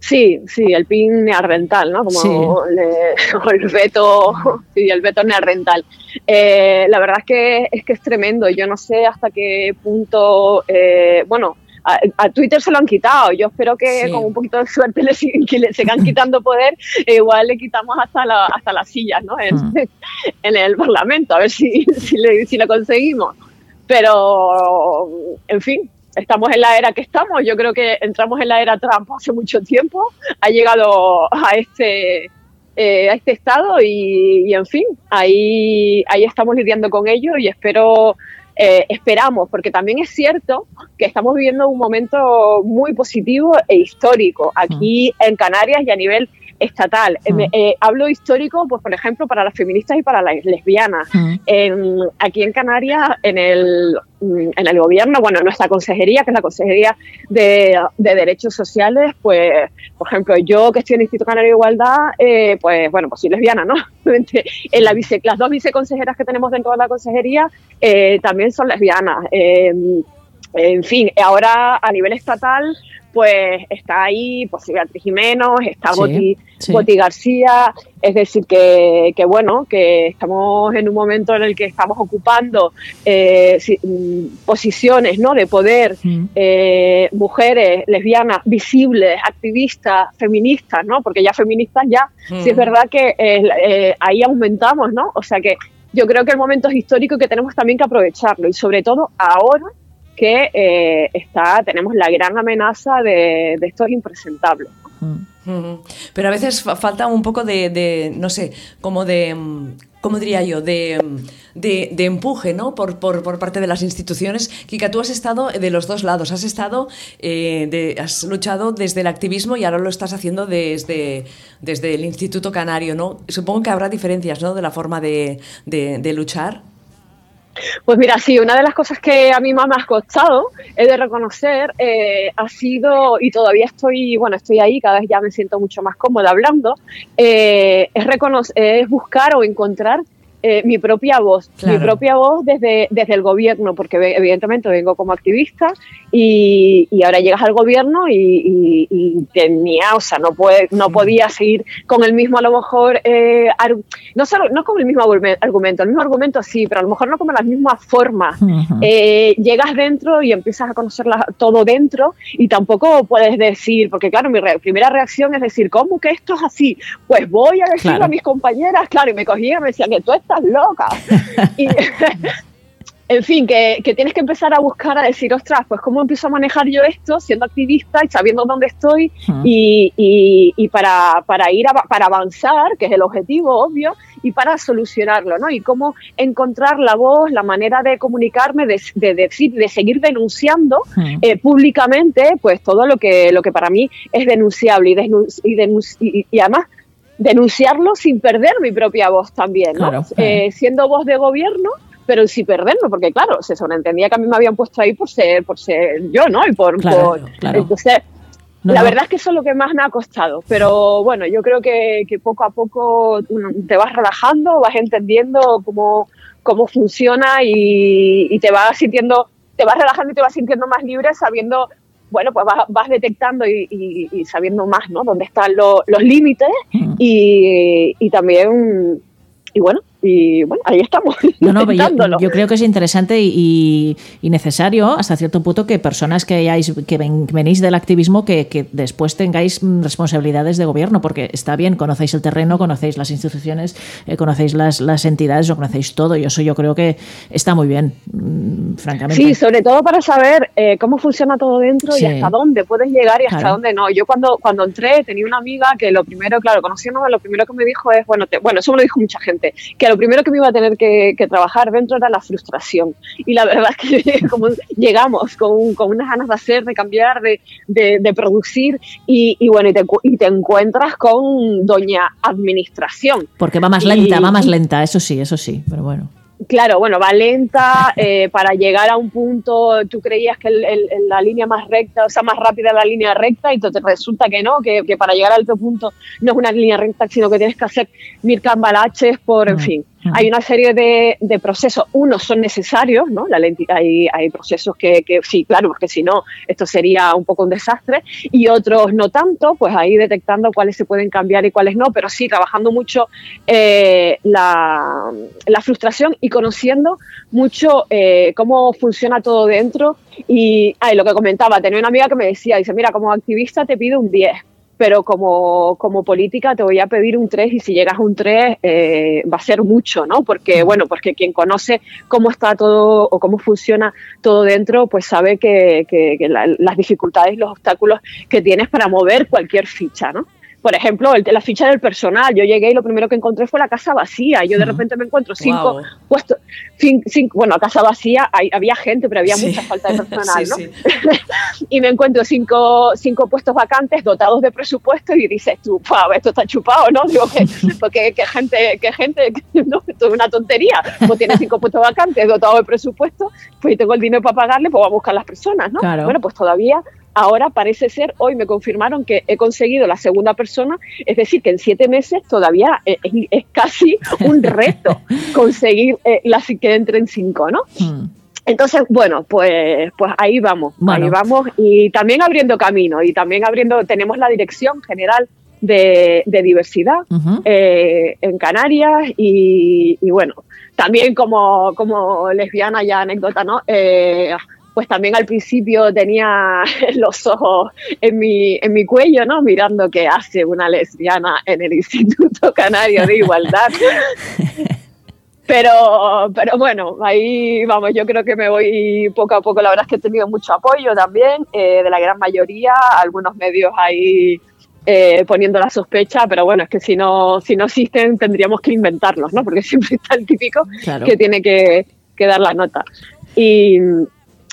Sí, sí, el pin nearrental, ¿no? Como Sí. le- o el veto, sí, el veto nearrental. Eh, la verdad es que es que es tremendo. Yo no sé hasta qué punto, eh, bueno, a, a Twitter se lo han quitado. Yo espero que Sí. con un poquito de suerte le, sig- que le sigan quitando poder. E igual le quitamos hasta la, hasta las sillas, ¿no? En, Mm. en el Parlamento, a ver si, si, le- si lo conseguimos. Pero, en fin, estamos en la era que estamos. Yo creo que entramos en la era Trump hace mucho tiempo. Ha llegado a este, eh, a este estado y, y, en fin, ahí, ahí estamos lidiando con ello y espero eh, esperamos, porque también es cierto que estamos viviendo un momento muy positivo e histórico aquí en Canarias y a nivel estatal. Eh, me- eh, hablo histórico, pues por ejemplo, para las feministas y para las lesbianas. En- aquí en Canarias, en el, mm, en el gobierno, bueno, en nuestra consejería, que es la Consejería de, de Derechos Sociales, pues, por ejemplo, yo que estoy en el Instituto Canario de Igualdad, eh, pues bueno, pues soy lesbiana, ¿no? Obviamente, en la vice- las dos viceconsejeras que tenemos dentro de la consejería eh, también son lesbianas. Eh, en fin, ahora a nivel estatal, pues está ahí, pues Beatriz Jiménez, está Sí, Boti, sí. Boti García, es decir, que, que bueno, que estamos en un momento en el que estamos ocupando eh, si- mm, posiciones ¿no? de poder, Mm. eh, mujeres, lesbianas, visibles, activistas, feministas, ¿no? porque ya feministas ya, sí es verdad que eh, la- eh, ahí aumentamos, ¿no? O sea que yo creo que el momento es histórico y que tenemos también que aprovecharlo y sobre todo ahora que eh, está, tenemos la gran amenaza de, de estos impresentables. Mm. Ujú. Pero a veces fa- falta un poco de, de, no sé, como de, mm, ¿cómo diría yo? De, mm, de- de empuje, ¿no? Por, por- por parte de las instituciones. Kika, tú has estado de los dos lados. Has estado, eh, de- has luchado desde el activismo y ahora lo estás haciendo desde, desde el Instituto Canario, ¿no? Supongo que habrá diferencias, ¿no? De la forma de, de- de luchar. Pues mira, sí, una de las cosas que a mí más me ha costado, he de reconocer, eh, ha sido, y todavía estoy, bueno, estoy ahí, cada vez ya me siento mucho más cómoda hablando, eh, es, reconoc- es buscar o encontrar eh, mi propia voz, Claro. mi propia voz desde, desde el gobierno, porque ve- evidentemente vengo como activista y, y ahora llegas al gobierno y, y- y tenía, o sea, no, puede, no podía seguir con el mismo, a lo mejor, eh, ar- no, solo, no con el mismo argumen- argumento, el mismo argumento sí, pero a lo mejor no como las mismas formas. Ujú. Eh, llegas dentro y empiezas a conocer la- todo dentro y tampoco puedes decir, porque claro, mi re- primera reacción es decir, ¿cómo que esto es así? Pues voy a decirlo Claro. a mis compañeras, claro, y me cogían y me decían que tú estás loca. Y- en fin, que, que tienes que empezar a buscar, a decir, ostras, pues cómo empiezo a manejar yo esto siendo activista y sabiendo dónde estoy Ujú. y, y- y para, para ir a- para avanzar, que es el objetivo obvio, y para solucionarlo, ¿no? Y cómo encontrar la voz, la manera de comunicarme, de, de decir, de seguir denunciando Mm. eh, públicamente, pues todo lo que lo que para mí es denunciable y, denun- y, denun- y- y además denunciarlo sin perder mi propia voz también, ¿no? Claro. Eh, siendo voz de gobierno pero sin perderlo, porque claro, se sobreentendía que a mí me habían puesto ahí por ser, por ser yo, ¿no? Y por, Claro, por- eh, claro. entonces No, la no. verdad es que eso es lo que más me ha costado, pero bueno, yo creo que, que poco a poco uno te vas relajando, vas entendiendo cómo, cómo funciona y, y te vas sintiendo, te vas relajando y te vas sintiendo más libre sabiendo, bueno, pues vas, vas detectando y, y- y sabiendo más, ¿no? Dónde están lo- los límites Mm. y, y también, y bueno, y bueno, ahí estamos. No, no, pero yo, intentándolo. yo creo que es interesante y, y necesario hasta cierto punto que personas que hayáis, que ven- que venís del activismo, que, que después tengáis mm, responsabilidades de gobierno, porque está bien, conocéis el terreno, conocéis las instituciones, eh, conocéis las, las entidades, lo conocéis todo, y eso yo creo que está muy bien, mm, francamente. Sí, sobre todo para saber eh, cómo funciona todo dentro Sí. y hasta dónde puedes llegar y hasta Claro. dónde no. Yo cuando, cuando entré tenía una amiga que lo primero, claro, conociéndome, lo primero que me dijo es, bueno, te- bueno, eso me lo dijo mucha gente, que lo primero que me iba a tener que, que trabajar dentro era la frustración. Y la verdad es que llegué como llegamos con, un- con unas ganas de hacer, de cambiar, de, de, de producir y, y bueno, y te, encu- y te encuentras con doña administración. Porque va más lenta, Y- va más lenta, eso sí, eso sí, pero bueno. Claro, bueno, va lenta eh, para llegar a un punto. Tú creías que el- el- el- la línea más recta, o sea, más rápida era la línea recta, y te te resulta que no, que, que para llegar al otro punto no es una línea recta, sino que tienes que hacer mil cambalaches por, en Mm, fin. mm. Hay una serie de, de procesos. Unos son necesarios, ¿no? La lenti- hay, hay procesos que, que sí, claro, porque si no, esto sería un poco un desastre. Y otros no tanto, pues ahí detectando cuáles se pueden cambiar y cuáles no, pero sí trabajando mucho eh, la, la frustración y conociendo mucho eh, cómo funciona todo dentro. Y ay, lo que comentaba, tenía una amiga que me decía, dice, mira, como activista te pido un 10, pero como, como política te voy a pedir un 3 y si llegas a un 3 eh, va a ser mucho, ¿no? Mm. Porque, bueno, porque quien conoce cómo está todo o cómo funciona todo dentro, pues sabe que, que- que la- las dificultades, los obstáculos que tienes para mover cualquier ficha, ¿no? por ejemplo, el- la ficha del personal. Yo llegué y lo primero que encontré fue la casa vacía. Yo de Ujú. repente me encuentro cinco Guau. puestos, cin- cinco- bueno, casa vacía, hay- había gente, pero había Sí. mucha falta de personal, Sí, ¿no? sí. y me encuentro cinco, cinco puestos vacantes dotados de presupuesto y dices tú, "Pua, esto está chupado, ¿no? Digo, que, porque qué gente, qué gente, no, esto es una tontería. Pues tienes cinco puestos vacantes dotados de presupuesto, pues yo tengo el dinero para pagarle, pues voy a buscar las personas, ¿no? Claro. Bueno, pues todavía ahora parece ser, hoy me confirmaron que he conseguido la segunda persona, es decir, que en siete meses todavía eh, es, es- es casi un reto conseguir eh, las que entren cinco, ¿no? Mm. Entonces, bueno, pues, pues ahí vamos, Bueno. ahí vamos y también abriendo camino y también abriendo, tenemos la Dirección General de, de Diversidad Ujú. eh, en Canarias y, y bueno, también como, como lesbiana ya anécdota, ¿no? Eh, pues también al principio tenía los ojos en mi, en mi cuello, ¿no? Mirando qué hace una lesbiana en el Instituto Canario de Igualdad. Pero, pero bueno, ahí vamos, yo creo que me voy poco a poco. La verdad es que he tenido mucho apoyo también eh, de la gran mayoría, algunos medios ahí eh, poniendo la sospecha, pero bueno, es que si no, si no existen tendríamos que inventarlos, ¿no? Porque siempre está el típico Claro. que tiene que, que dar la nota. Y,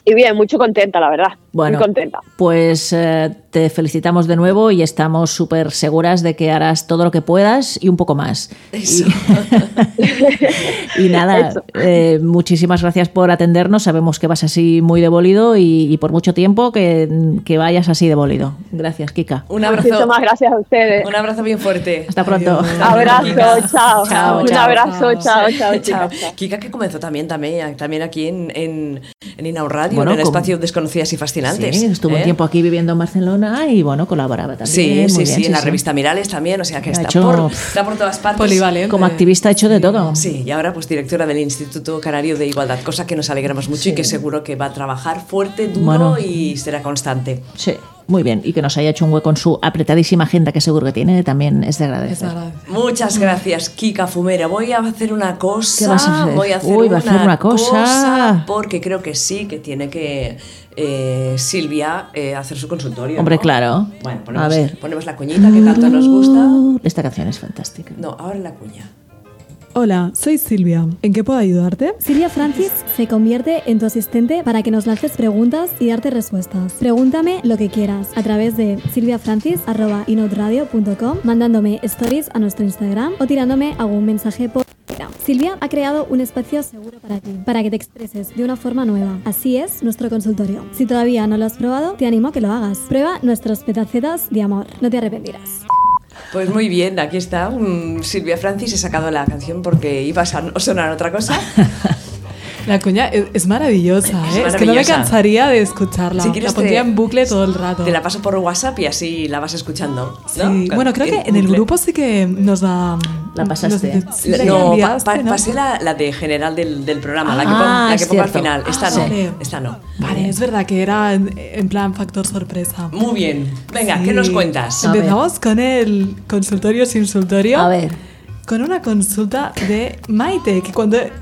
y bien, mucho contenta, la verdad. Bueno. Muy contenta. Pues eh, te felicitamos de nuevo y estamos súper seguras de que harás todo lo que puedas y un poco más. Eso. Y nada, Eso. eh, muchísimas gracias por atendernos. Sabemos que vas así muy de bólido y, y por mucho tiempo que, que vayas así de bólido. Gracias, Kika. Un abrazo. Muchísimas gracias a ustedes. Un abrazo bien fuerte. Hasta pronto. Adiós. Abrazo, chao. Chao, Un chao, abrazo, chao, chao, Chao. chicas, chao. Kika que comenzó también, también, también aquí en, en, en Inau Radio, Bueno, en el como- espacio Desconocidas y Fascinantes. Sí, estuvo ¿eh? un tiempo aquí viviendo en Barcelona y bueno, colaboraba también. Sí, Muy sí, bien, sí, en la revista Mirales también, o sea que Ha está, hecho- por, está por todas partes. Polivalente. Como activista ha hecho de todo. Eh, Sí, y ahora pues directora del Instituto Canario de Igualdad, cosa que nos alegramos mucho y que seguro que va a trabajar fuerte, duro Bueno. y será constante. Sí, muy bien. Y que nos haya hecho un hueco en su apretadísima agenda que seguro que tiene, también es de Es agradecer. agradable. Muchas gracias, Kika Fumera. Voy a hacer una cosa. ¿Qué vas a hacer? Voy a hacer, Uy, una, va a hacer una cosa. Porque creo que sí, que tiene que eh, Silvia eh, hacer su consultorio. Hombre, ¿no? claro. Bueno, ponemos, a ver. ponemos la cuñita que tanto nos gusta. Esta canción es fantástica. No, ahora la cuña. Hola, soy Silvia. ¿En qué puedo ayudarte? Silvia Francis se convierte en tu asistente para que nos lances preguntas y darte respuestas. Pregúntame lo que quieras a través de silviafrancis.inoutradio.com, mandándome stories a nuestro Instagram o tirándome algún mensaje por Instagram. Silvia ha creado un espacio seguro para ti, para que te expreses de una forma nueva. Así es nuestro consultorio. Si todavía no lo has probado, te animo a que lo hagas. Prueba nuestros petacetas de amor. No te arrepentirás. Pues muy bien, aquí está. mm, Silvia Francis, he sacado la canción porque iba a son- sonar otra cosa. La cuña es, es maravillosa, Es ¿eh? Es que no me maravillosa. cansaría de escucharla. Si quieres la pondría te- en bucle todo el rato. Te la paso por WhatsApp y así la vas escuchando. Sí. ¿no? Bueno, creo que en el bucle. grupo sí que nos la... La pasaste. nos- sí, La- la no, pa- enviaste, pa- ¿no? pasé la, la de general del, del programa, la que, Ah, pon- la es que pongo al cierto. final. Esta Ah, no, vale. esta no. Vale, es verdad que era en, en plan factor sorpresa. Muy bien. Venga, ¿qué Sí. nos cuentas? A ver. Empezamos con el consultorio sinsultorio. A ver. Con una consulta de Maite, que cuando he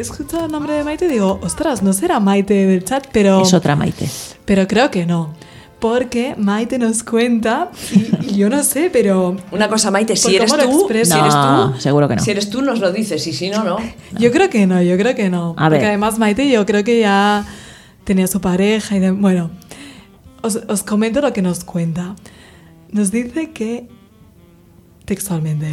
escuchado el nombre de Maite digo, ostras, no será Maite del chat, pero... Es otra Maite. ¿Eh, Pero creo que no. Porque Maite nos cuenta, y, y yo no sé, pero Una cosa, Maite, ¿Por si eres cómo lo tú, expresas? si eres No, tú, seguro que no. Si er- eres tú, nos lo dices y si no, no. yo creo que no, yo creo que no. A ver. Porque además Maite yo creo que ya tenía su pareja y de- bueno, os, os comento lo que nos cuenta. Nos dice que textualmente.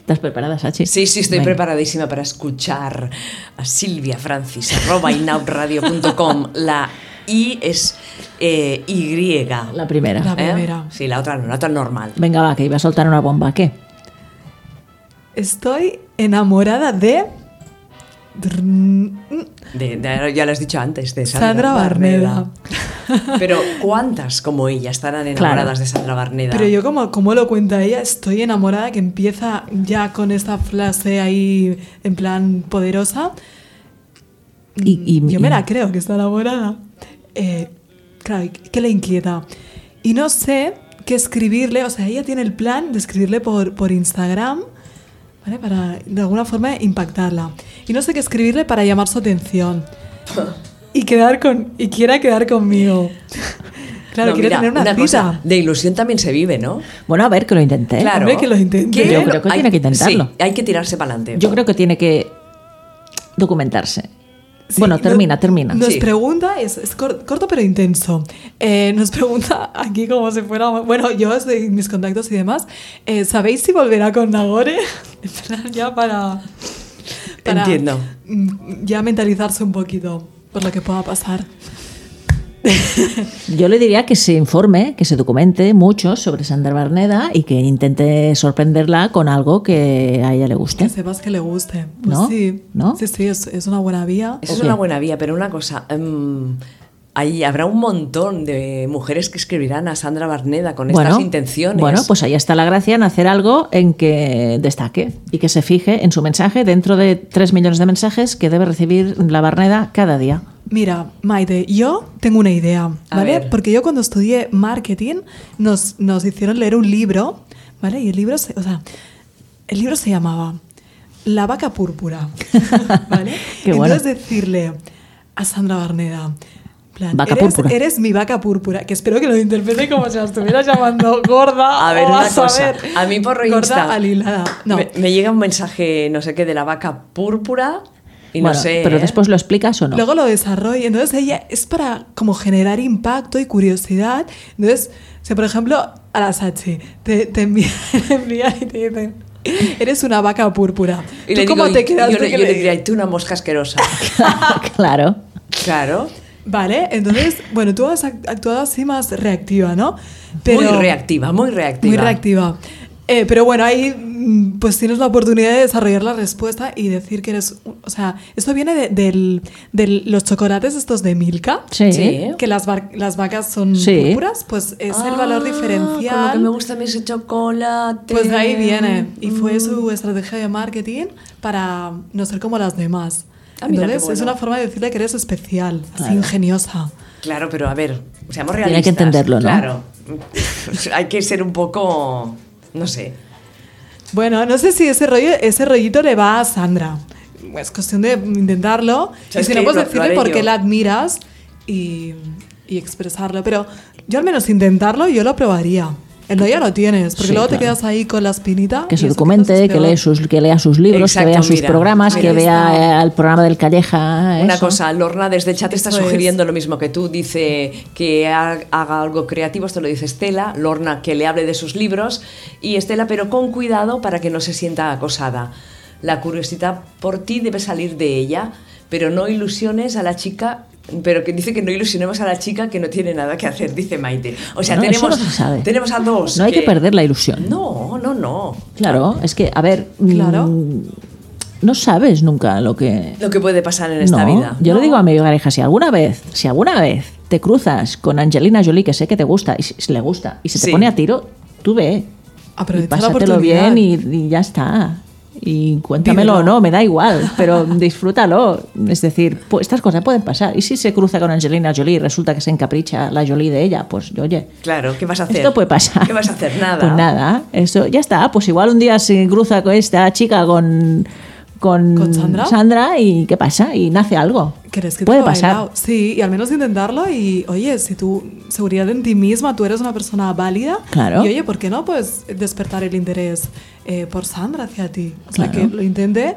¿Estás preparada, Sachi? Sí, sí, estoy Venga. preparadísima para escuchar a Silvia Francis, arroba inautradio.com. La I es eh, Y. La primera. La- ¿eh? primera. Sí, la otra no, la otra normal. Venga, va, que iba a soltar una bomba. ¿Qué? Mm, Estoy enamorada de... De- de- ya lo has dicho antes, de Sandra, Sandra Barneda. Pero ¿cuántas como ella estarán enamoradas de Sandra Barneda? Pero yo como, como lo cuenta ella, estoy enamorada que empieza ya con esta frase ahí en plan poderosa. Y- y- Yo me y- la creo que está enamorada. Eh, claro, ¿y ¿qué le inquieta? Y no sé qué escribirle, o sea, ella tiene el plan de escribirle por, por Instagram, ¿vale? Para de alguna forma impactarla. Y no sé qué escribirle para llamar su atención. Y quedar con. Y quiera quedar conmigo. Claro, No, quiere mira, tener una, cita. cosa, de ilusión también se vive, ¿no? Bueno, a ver, que lo intenté. Claro. hombre, que lo intente. Yo creo que tiene que intentarlo. sí, hay que tirarse para adelante. Yo creo que tiene que documentarse. Sí, bueno, no- termina, termina. Nos Sí. pregunta, es, es cor- corto pero intenso. Eh, nos pregunta aquí como si fuera. Bueno, yo desde mis contactos y demás. eh, ¿Sabéis si volverá con Nagore? En plan, ya para. Entiendo. mm, Ya mentalizarse un poquito por lo que pueda pasar. Yo le diría que se informe, que se documente mucho sobre Sandra Barneda y que intente sorprenderla con algo que a ella le guste. Que sepas que le guste. Pues ¿No? sí. ¿no? Sí, sí, es, es una buena vía. Eso Ok. es una buena vía, pero una cosa. em, ahí habrá un montón de mujeres que escribirán a Sandra Barneda con estas intenciones. Bueno, pues ahí está la gracia en hacer algo en que destaque y que se fije en su mensaje dentro de 3 millones de mensajes que debe recibir la Barneda cada día. Mira, Maite, yo tengo una idea, A ¿vale? ver. Porque yo cuando estudié marketing nos, nos hicieron leer un libro, ¿vale? Y el libro se, o sea, el libro se llamaba La vaca púrpura, ¿vale? Qué bueno. Entonces decirle a Sandra Barneda, en plan, Vaca eres, púrpura". eres mi vaca púrpura, que espero que lo interprete como si la estuvieras llamando gorda. A ver, o una vas Ah, a cosa. ver, A mí por Insta Gorda alilada. No, me, me llega un mensaje, no sé qué, de la vaca púrpura y bueno, no sé. pero ¿eh? después lo explicas o no. Luego lo desarrolla. Entonces ella es para como generar impacto y curiosidad. Entonces, si por ejemplo a la Sachi te, te envían, te envían y te dicen, eres una vaca púrpura. Y ¿Tú le cómo digo, te y- quedas? Yo, ¿Tú le, qué yo le le diría, y tú una mosca asquerosa. claro. claro. Vale, entonces, bueno, tú has act- actuado así más reactiva, ¿no? muy reactiva, muy reactiva. Muy reactiva. Eh, pero bueno, ahí mm, pues tienes la oportunidad de desarrollar la respuesta y decir que eres... un- O sea, esto viene de del- del- los chocolates estos de Milka. Sí. Sí. que las, var- las vacas son Sí. púrpuras, pues es el valor Ah, diferencial. Como que me gusta a mí ese chocolate. Pues de ahí viene. Y fue Mm. su estrategia de marketing para no ser como las demás. Ah, mira, qué Entonces es bueno. una forma de decirle que eres especial, así ingeniosa. Claro, pero a ver, seamos realistas. Tiene que entenderlo, ¿no? Claro. Hay que ser un poco. No sé. Bueno, no sé si ese, rollo, ese rollito le va a Sandra. Pues, Es cuestión de intentarlo. Y ¿Sabes si no, qué? pues Lo- lo decirle haré por yo. qué la admiras y, y expresarlo. Pero yo al menos intentarlo, yo lo probaría. El rollo lo tienes, porque Sí, luego te claro. quedas ahí con la espinita. Que se y eso documente, quizás que, te va- lee sus, que lea sus libros, Exacto, que vea sus mira, programas, ahí que está. vea eh, el programa del Calleja. Una eso. Pues cosa, Lorna desde el chat está Eso es. sugiriendo lo mismo que tú. Dice que ha- haga algo creativo, esto lo dice Estela. Lorna que le hable de sus libros. Y Estela, pero con cuidado para que no se sienta acosada. La curiosidad por ti debe salir de ella, pero no ilusiones a la chica. Pero que dice que no ilusionemos a la chica que no tiene nada que hacer, dice Maite. O sea, Bueno, eso tenemos, no se sabe. tenemos a dos. No hay que perder la ilusión. No, no, no. Claro, es que, a ver. mm, Claro. No sabes nunca lo que. Lo que puede pasar en esta No, vida. Yo No. le digo a mi pareja, si alguna vez, si alguna vez te cruzas con Angelina Jolie, que sé que te gusta, y si, si le gusta, y se te Sí. pone a tiro, tú ve. y Aprovecha la pásatelo oportunidad. bien y, y ya está. Y cuéntamelo o Vívelo. no, me da igual, pero disfrútalo. Es decir, pues, estas cosas pueden pasar. Y si se cruza con Angelina Jolie y resulta que se encapricha la Jolie de ella, pues oye, Claro, ¿qué vas a hacer? esto puede pasar. ¿Qué vas a hacer? Nada. Pues nada, eso ya está. Pues igual un día se cruza con esta chica con. Con, ¿Con Sandra? Sandra y ¿qué pasa? Y nace algo. ¿Crees que te Puede lo ha pasar. bailado? Sí, y al menos intentarlo y, oye, si tú, seguridad en ti misma, tú eres una persona válida. Claro. Y, oye, ¿por qué no, pues, despertar el interés eh, por Sandra hacia ti? O sea, Claro. que lo intente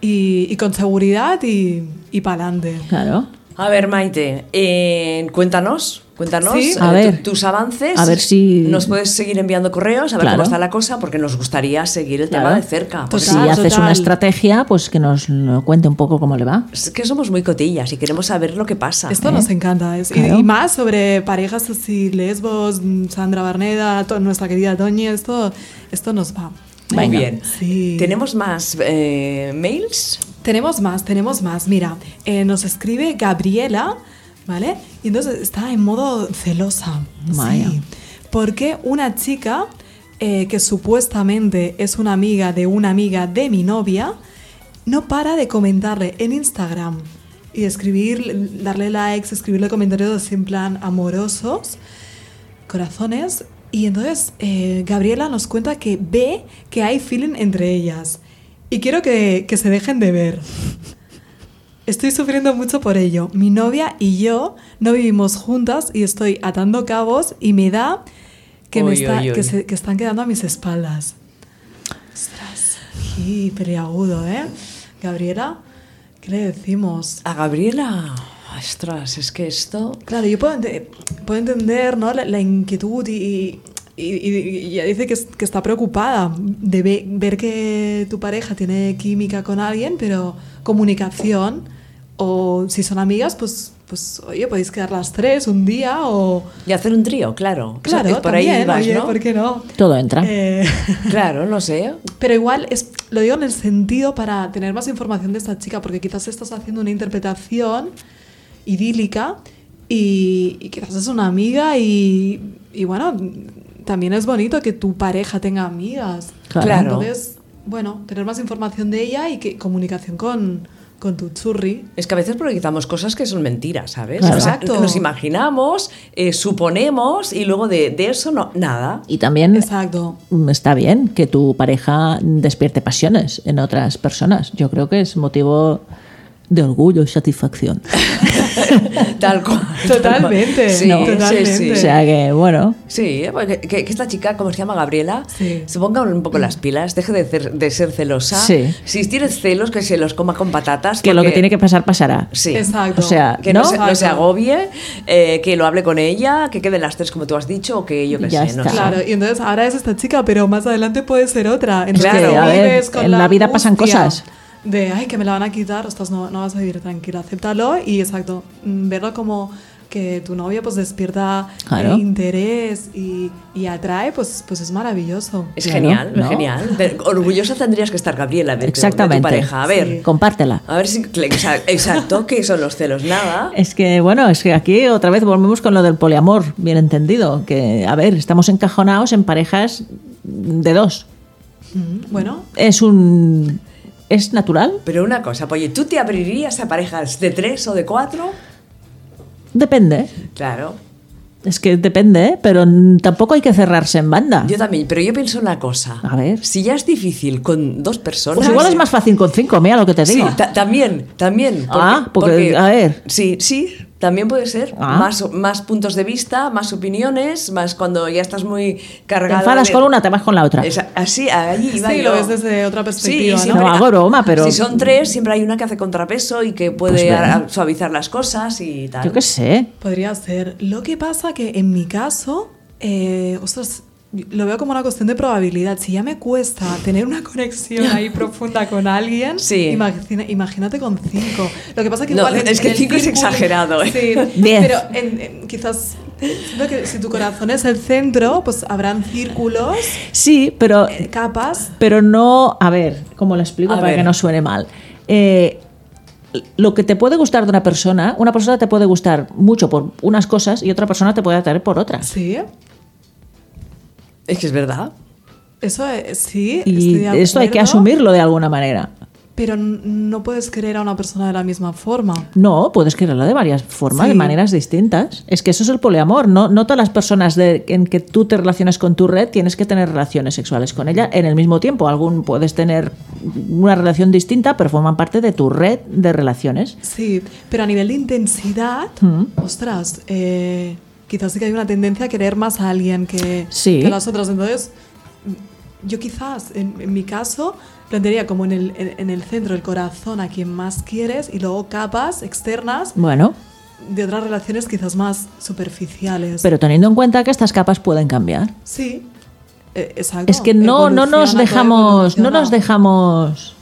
y, y con seguridad y, y pa'lante. Claro. A ver, Maite, eh, cuéntanos, cuéntanos Sí. eh, A tu- ver. tus avances. A ver si- Nos puedes seguir enviando correos, a ver Claro. cómo está la cosa, porque nos gustaría seguir el tema Claro. de cerca. Pues porque si Total, haces total. una estrategia, pues que nos lo cuente un poco cómo le va. es que somos muy cotillas y queremos saber lo que pasa. ¿eh? Esto nos encanta. es- y- Claro. Y, más sobre parejas así, lesbos, mm, Sandra Barneda, to- nuestra querida Toñi, esto, esto nos va. Muy Venga. bien. Sí. ¿Tenemos más eh, mails? Tenemos más, tenemos más. Mira, eh, nos escribe Gabriela, ¿vale? Y entonces está en modo celosa. Vaya. Sí. Porque una chica eh, que supuestamente es una amiga de una amiga de mi novia, no para de comentarle en Instagram y escribir, darle likes, escribirle comentarios así en plan amorosos corazones. Y entonces eh, Gabriela nos cuenta que ve que hay feeling entre ellas. Y quiero que, que se dejen de ver. Estoy sufriendo mucho por ello. Mi novia y yo no vivimos juntas y estoy atando cabos y me da que, me Uy, está- uy, uy. que se- que están quedando a mis espaldas. Ostras, y peliagudo, ¿eh? Gabriela, ¿qué le decimos? A Gabriela, ostras, es que esto... Claro, yo puedo, ente- puedo entender ¿no? la, la inquietud y, y- y- y ella dice que, es- que está preocupada de ve- ver que tu pareja tiene química con alguien, pero comunicación o si son amigas, pues, pues oye, podéis quedar las tres un día o... Y hacer un trío, claro. O sea, Claro, que por también, ahí vas, oye, ¿no? Ah. ¿por qué no? Todo entra. Eh, Claro, no sé. Pero igual es, lo digo en el sentido para tener más información de esta chica, porque quizás estás haciendo una interpretación idílica y, y quizás es una amiga y, y bueno, también es bonito que tu pareja tenga amigas. Claro. Claro. Entonces, bueno, tener más información de ella y que comunicación con, con tu churri. Es que a veces proyectamos cosas que son mentiras, ¿sabes? Claro. O sea, Exacto. nos imaginamos, eh, suponemos y luego de, de eso no, nada. Y también Exacto. mm, está bien que tu pareja despierte pasiones en otras personas. Yo creo que es motivo de orgullo y satisfacción. Tal cual. Totalmente, Sí, ¿no? sí, Totalmente. sí. o sea que, bueno, Sí, eh, porque- que, que esta chica, como se llama Gabriela, Sí. se ponga un poco las pilas, deje de ser, de ser celosa. Sí. Si tienes celos, que se los coma con patatas. que lo que porque- tiene que pasar pasará. Sí. Exacto. O sea, Que no, ¿no? se, no se agobie, eh, que lo hable con ella, que queden las tres como tú has dicho, o que yo qué Ya sé, no está. sé. Claro, y entonces ahora es esta chica, pero más adelante puede ser otra. Entonces Claro. te A ver, vives con en la vida pasan angustia cosas. De, ay, que me la van a quitar, ostras, no, no vas a vivir tranquila, acéptalo y exacto, mm, verlo como que tu novia pues despierta eh, Claro. interés y, y atrae, pues, pues es maravilloso. Es Claro, genial, ¿no? genial. De- Orgullosa tendrías que estar, Gabriela, de tu, de tu Exactly. pareja. A ver, Compártela. a ver si... exa- Exacto, que son los celos, nada. Es que, bueno, es que aquí otra vez volvemos con lo del poliamor, bien entendido. Que, a ver, estamos encajonados en parejas de dos. Mm, Bueno, Es un. ¿Es natural? Pero una cosa, pues, oye, ¿tú te abrirías a parejas de tres o de cuatro? Depende. Claro. Es que depende, ¿eh? pero n- tampoco hay que cerrarse en banda. Yo también, pero yo pienso una cosa. A ver. Si ya es difícil con dos personas. Pues igual es más fácil con cinco, mira lo que te Sí, digo. ta- también, también. Ah, porque, a ver. Sí, sí, también puede ser. Ah. Más, más puntos de vista, más opiniones, más cuando ya estás muy Te cargada. enfadas de- con una, te vas con la otra. Esa- así, ahí iba Sí, yo. este lo ves desde otra perspectiva, Sí, y ¿no? siempre- No hago broma, pero- Si son tres, siempre hay una que hace contrapeso y que puede Pues bien. a- suavizar las cosas y tal. Yo qué sé. podría ser. Lo que pasa que en mi caso, eh, ostras, lo veo como una cuestión de probabilidad. Si ya me cuesta tener una conexión ahí profunda con alguien, Sí. imagina- imagínate con cinco. Lo que pasa que No, igual en- es que en el cinco es círculo- exagerado, ¿eh? Sí, Diez. pero en- en- quizás siento que si tu corazón es el centro, pues habrán círculos, Sí, pero, eh, capas. pero no. A ver, ¿cómo lo explico A para ver. que no suene mal? Eh, lo que te puede gustar de una persona, una persona te puede gustar mucho por unas cosas y otra persona te puede atraer por otras. Sí, Es que es verdad. eso es, sí. estoy Y de esto hay que acuerdo, asumirlo de alguna manera. Pero n- no puedes querer a una persona de la misma forma. No, puedes quererla de varias formas, de Sí. maneras distintas. Es que eso es el poliamor. No, no todas las personas de- en que tú te relacionas con tu red tienes que tener relaciones sexuales con ella en el mismo tiempo. Algún puedes tener una relación distinta, pero forman parte de tu red de relaciones. Hmm. Sí, pero a nivel de intensidad, Mm. ostras, eh, quizás sí que hay una tendencia a querer más a alguien que, Sí. que a las otras. Entonces, mm, yo quizás, en, en mi caso, plantearía como en el, en, en el centro, el corazón, a quien más quieres, y luego capas externas Bueno, de otras relaciones quizás más superficiales. pero teniendo en cuenta que estas capas pueden cambiar. sí, eh, exacto. Es que no, no evoluciona, nos todo dejamos, no nos evoluciona. dejamos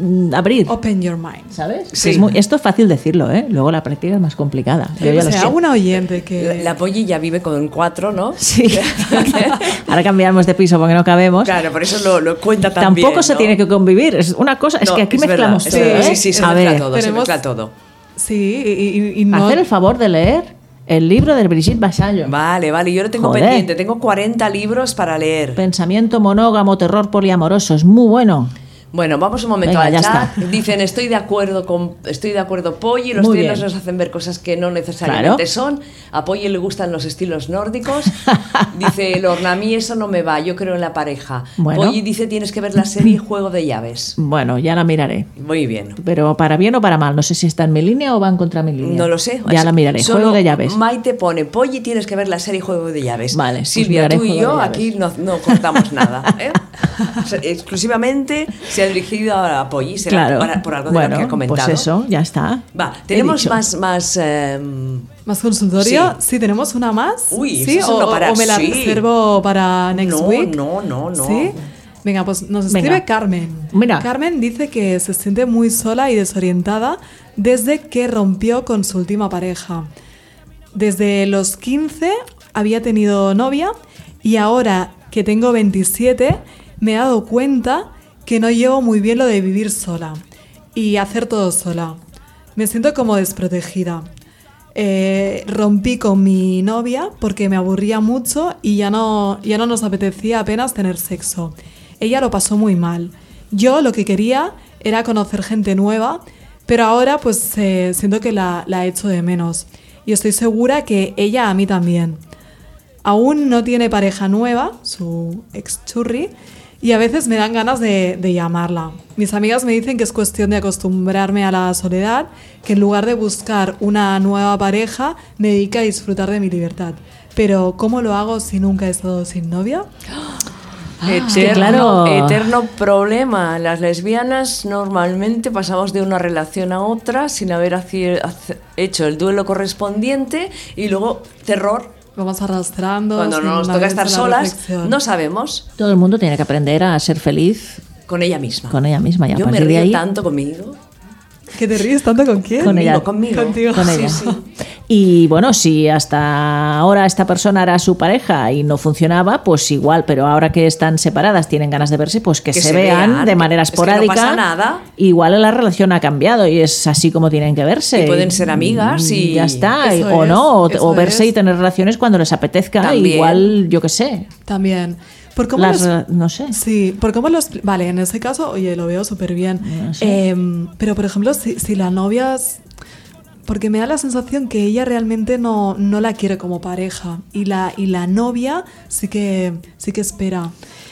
mm, abrir. Open your mind. ¿Sabes? Sí. Es muy- esto es fácil decirlo, ¿eh? Luego la práctica es más complicada. Yo ya O lo sea, sé. una oyente que... La, la Polly ya vive con cuatro, ¿no? Sí. Ahora cambiamos de piso porque no cabemos. Claro, por eso lo, lo cuenta tan Tampoco bien, se ¿no? tiene que convivir. Es una cosa, es No, que aquí es mezclamos verdad, todo. es verdad. ¿eh? Sí, sí, se a mezcla ver, todo, tenemos- se mezcla todo. Sí, y, y- y no... hacer el favor de leer el libro de Brigitte Basallo. Vale, vale, yo lo tengo Joder. pendiente, tengo 40 libros para leer. Pensamiento monógamo, terror poliamoroso. Es muy bueno. Bueno, vamos un momento Venga, al ya chat. está. Dicen, estoy de acuerdo con estoy de acuerdo Polly, los Muy chilenos bien. nos hacen ver cosas que no necesariamente Claro. son. A Polly le gustan los estilos nórdicos. Dice, Lorna, a mí eso no me va, yo creo en la pareja. Bueno. Polly dice, tienes que ver la serie Juego de Llaves. Bueno, ya la miraré. Muy bien. Pero para bien o para mal, no sé si está en mi línea o van contra mi línea. No lo sé. Ya Así- la miraré. solo Juego de llaves. Maite pone, Polly, tienes que ver la serie Juego de Llaves. Vale, pues Silvia, miraré tú y Juego de yo Llaves. aquí no, no contamos nada. ¿eh? O sea, exclusivamente se ha dirigido a Polly, será claro. para- por algo de bueno, lo que ha comentado. Pues eso, ya está. Va, He tenemos dicho. más, más eh, ¿Más consultorio? Sí. tenemos una más. Uy, sí, eso es o, no parar, o me la sí. reservo para next No, week. no, no, no. Sí. Venga, pues nos escribe Venga. Carmen. Mira. Carmen dice que se siente muy sola y desorientada desde que rompió con su última pareja. Desde los 15 había tenido novia y ahora que tengo 27 me he dado cuenta que no llevo muy bien lo de vivir sola y hacer todo sola. Me siento como desprotegida. Eh, rompí con mi novia porque me aburría mucho y ya no, ya no nos apetecía apenas tener sexo. Ella lo pasó muy mal. Yo lo que quería era conocer gente nueva, pero ahora pues eh, siento que la, la echo de menos. Y estoy segura que ella a mí también. Aún no tiene pareja nueva, su ex churri, y a veces me dan ganas de, de llamarla. Mis amigas me dicen que es cuestión de acostumbrarme a la soledad, que en lugar de buscar una nueva pareja, me dedica a disfrutar de mi libertad. Pero, ¿cómo lo hago si nunca he estado sin novia? Ah. eterno, claro. eterno problema. Las lesbianas normalmente pasamos de una relación a otra sin haber haci- hace- hecho el duelo correspondiente y luego terror. Vamos arrastrando. Cuando sin nos toca abrirse estar la solas, reflexión. no sabemos Todo el mundo tiene que aprender a ser feliz con ella misma. con ella misma. Y a Yo me partir río de ahí, tanto conmigo. ¿Que te ríes tanto con quién? Con ella. Conmigo, conmigo. Contigo. con Sí, ella. sí. Y bueno, si hasta ahora esta persona era su pareja y no funcionaba, pues igual, pero ahora que están separadas, tienen ganas de verse, pues que, Que se, se vean, vean. de manera Es que no esporádica. pasa nada. Igual la relación ha cambiado y es así como tienen que verse. Mm, Y pueden ser amigas y- Ya está, y- Eso o es, no, o, eso o verse es. y tener relaciones cuando les apetezca. También. Igual, yo qué sé. También. ¿Por cómo Las, los- no sé. Sí, por cómo los... Vale, en ese caso, oye, lo veo súper bien. No sé. Em, pero, por ejemplo, si, si la novia... es- Porque me da la sensación que ella realmente no, no la quiere como pareja. Y la, y la novia sí que, sí que espera.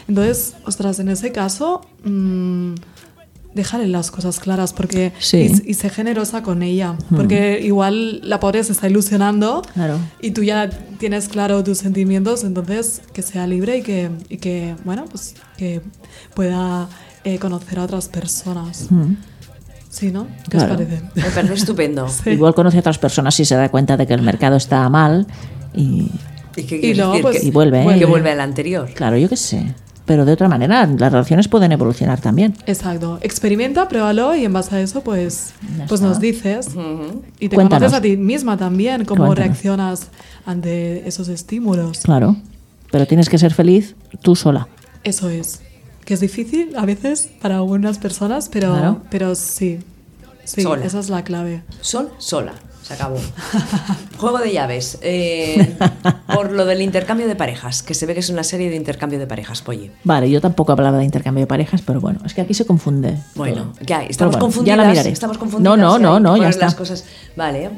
Entonces, ostras, en ese caso... mm, Déjale las cosas claras porque Sí. Hmm. y, y sé generosa con ella. Porque igual la pobre se está ilusionando Claro. y tú ya tienes claro tus sentimientos, entonces que sea libre y que, y que bueno, pues que pueda eh, conocer a otras personas. Sí, ¿no? ¿Qué Claro. os parece? Me parece estupendo. Sí. Igual conoce a otras personas y se da cuenta de que el mercado está mal y ¿Y qué Y quiere luego, decir? pues, que, y vuelve, Que ¿eh? vuelve al anterior. Claro, yo qué sé. Pero de otra manera, las relaciones pueden evolucionar también. Exacto. Experimenta, pruébalo y en base a eso, pues, Ya pues está. nos dices. Y te Cuéntanos. conoces a ti misma también, cómo Cuéntanos. reaccionas ante esos estímulos. Claro. Pero tienes que ser feliz tú sola. Eso es. Que es difícil a veces para algunas personas, pero, Claro. pero sí. Sí, Sola. esa es la clave. Sol, sola. Se acabó. Juego de llaves. eh, por lo del intercambio de parejas, que se ve que es una serie de intercambio de parejas, Polly. Vale, yo tampoco hablaba de intercambio de parejas, pero bueno, es que aquí se confunde. Bueno, todo. ya, estamos Pero bueno, confundidas. Ya la miraré. Estamos confundidas. No, no, y hay no, que no, ya poner está. las cosas. Vale.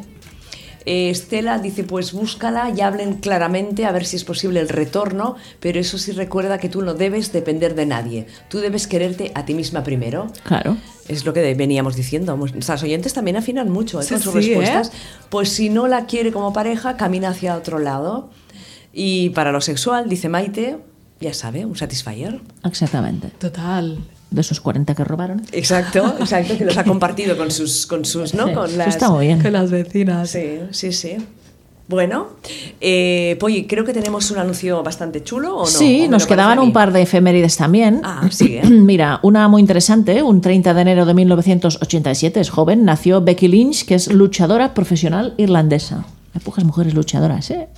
Eh, Estela dice, pues búscala y hablen claramente a ver si es posible el retorno, pero eso sí recuerda que tú no debes depender de nadie. Tú debes quererte a ti misma primero. Claro. Es lo que veníamos diciendo. Nuestras oyentes también afinan mucho ¿eh? Sí, con sus sí, respuestas. ¿eh? Pues si no la quiere como pareja, camina hacia otro lado. Y para lo sexual, dice Maite, ya sabe, un satisfier. Exactamente. Total. De esos 40 que robaron. Exacto, exacto, que los ha compartido con sus, con sus, ¿no? Sí, Con eso las- está muy bien. Con las vecinas. Sí, sí, sí. Bueno, eh, Polly, creo que tenemos un anuncio bastante chulo, ¿o no? ¿O Sí, me nos lo parece quedaban a mí? un par de efemérides también. Ah, sí, ¿eh? Mira, una muy interesante, un 30 de enero de 1987, es joven, nació Becky Lynch, que es luchadora profesional irlandesa. Hay pocas mujeres luchadoras, ¿eh?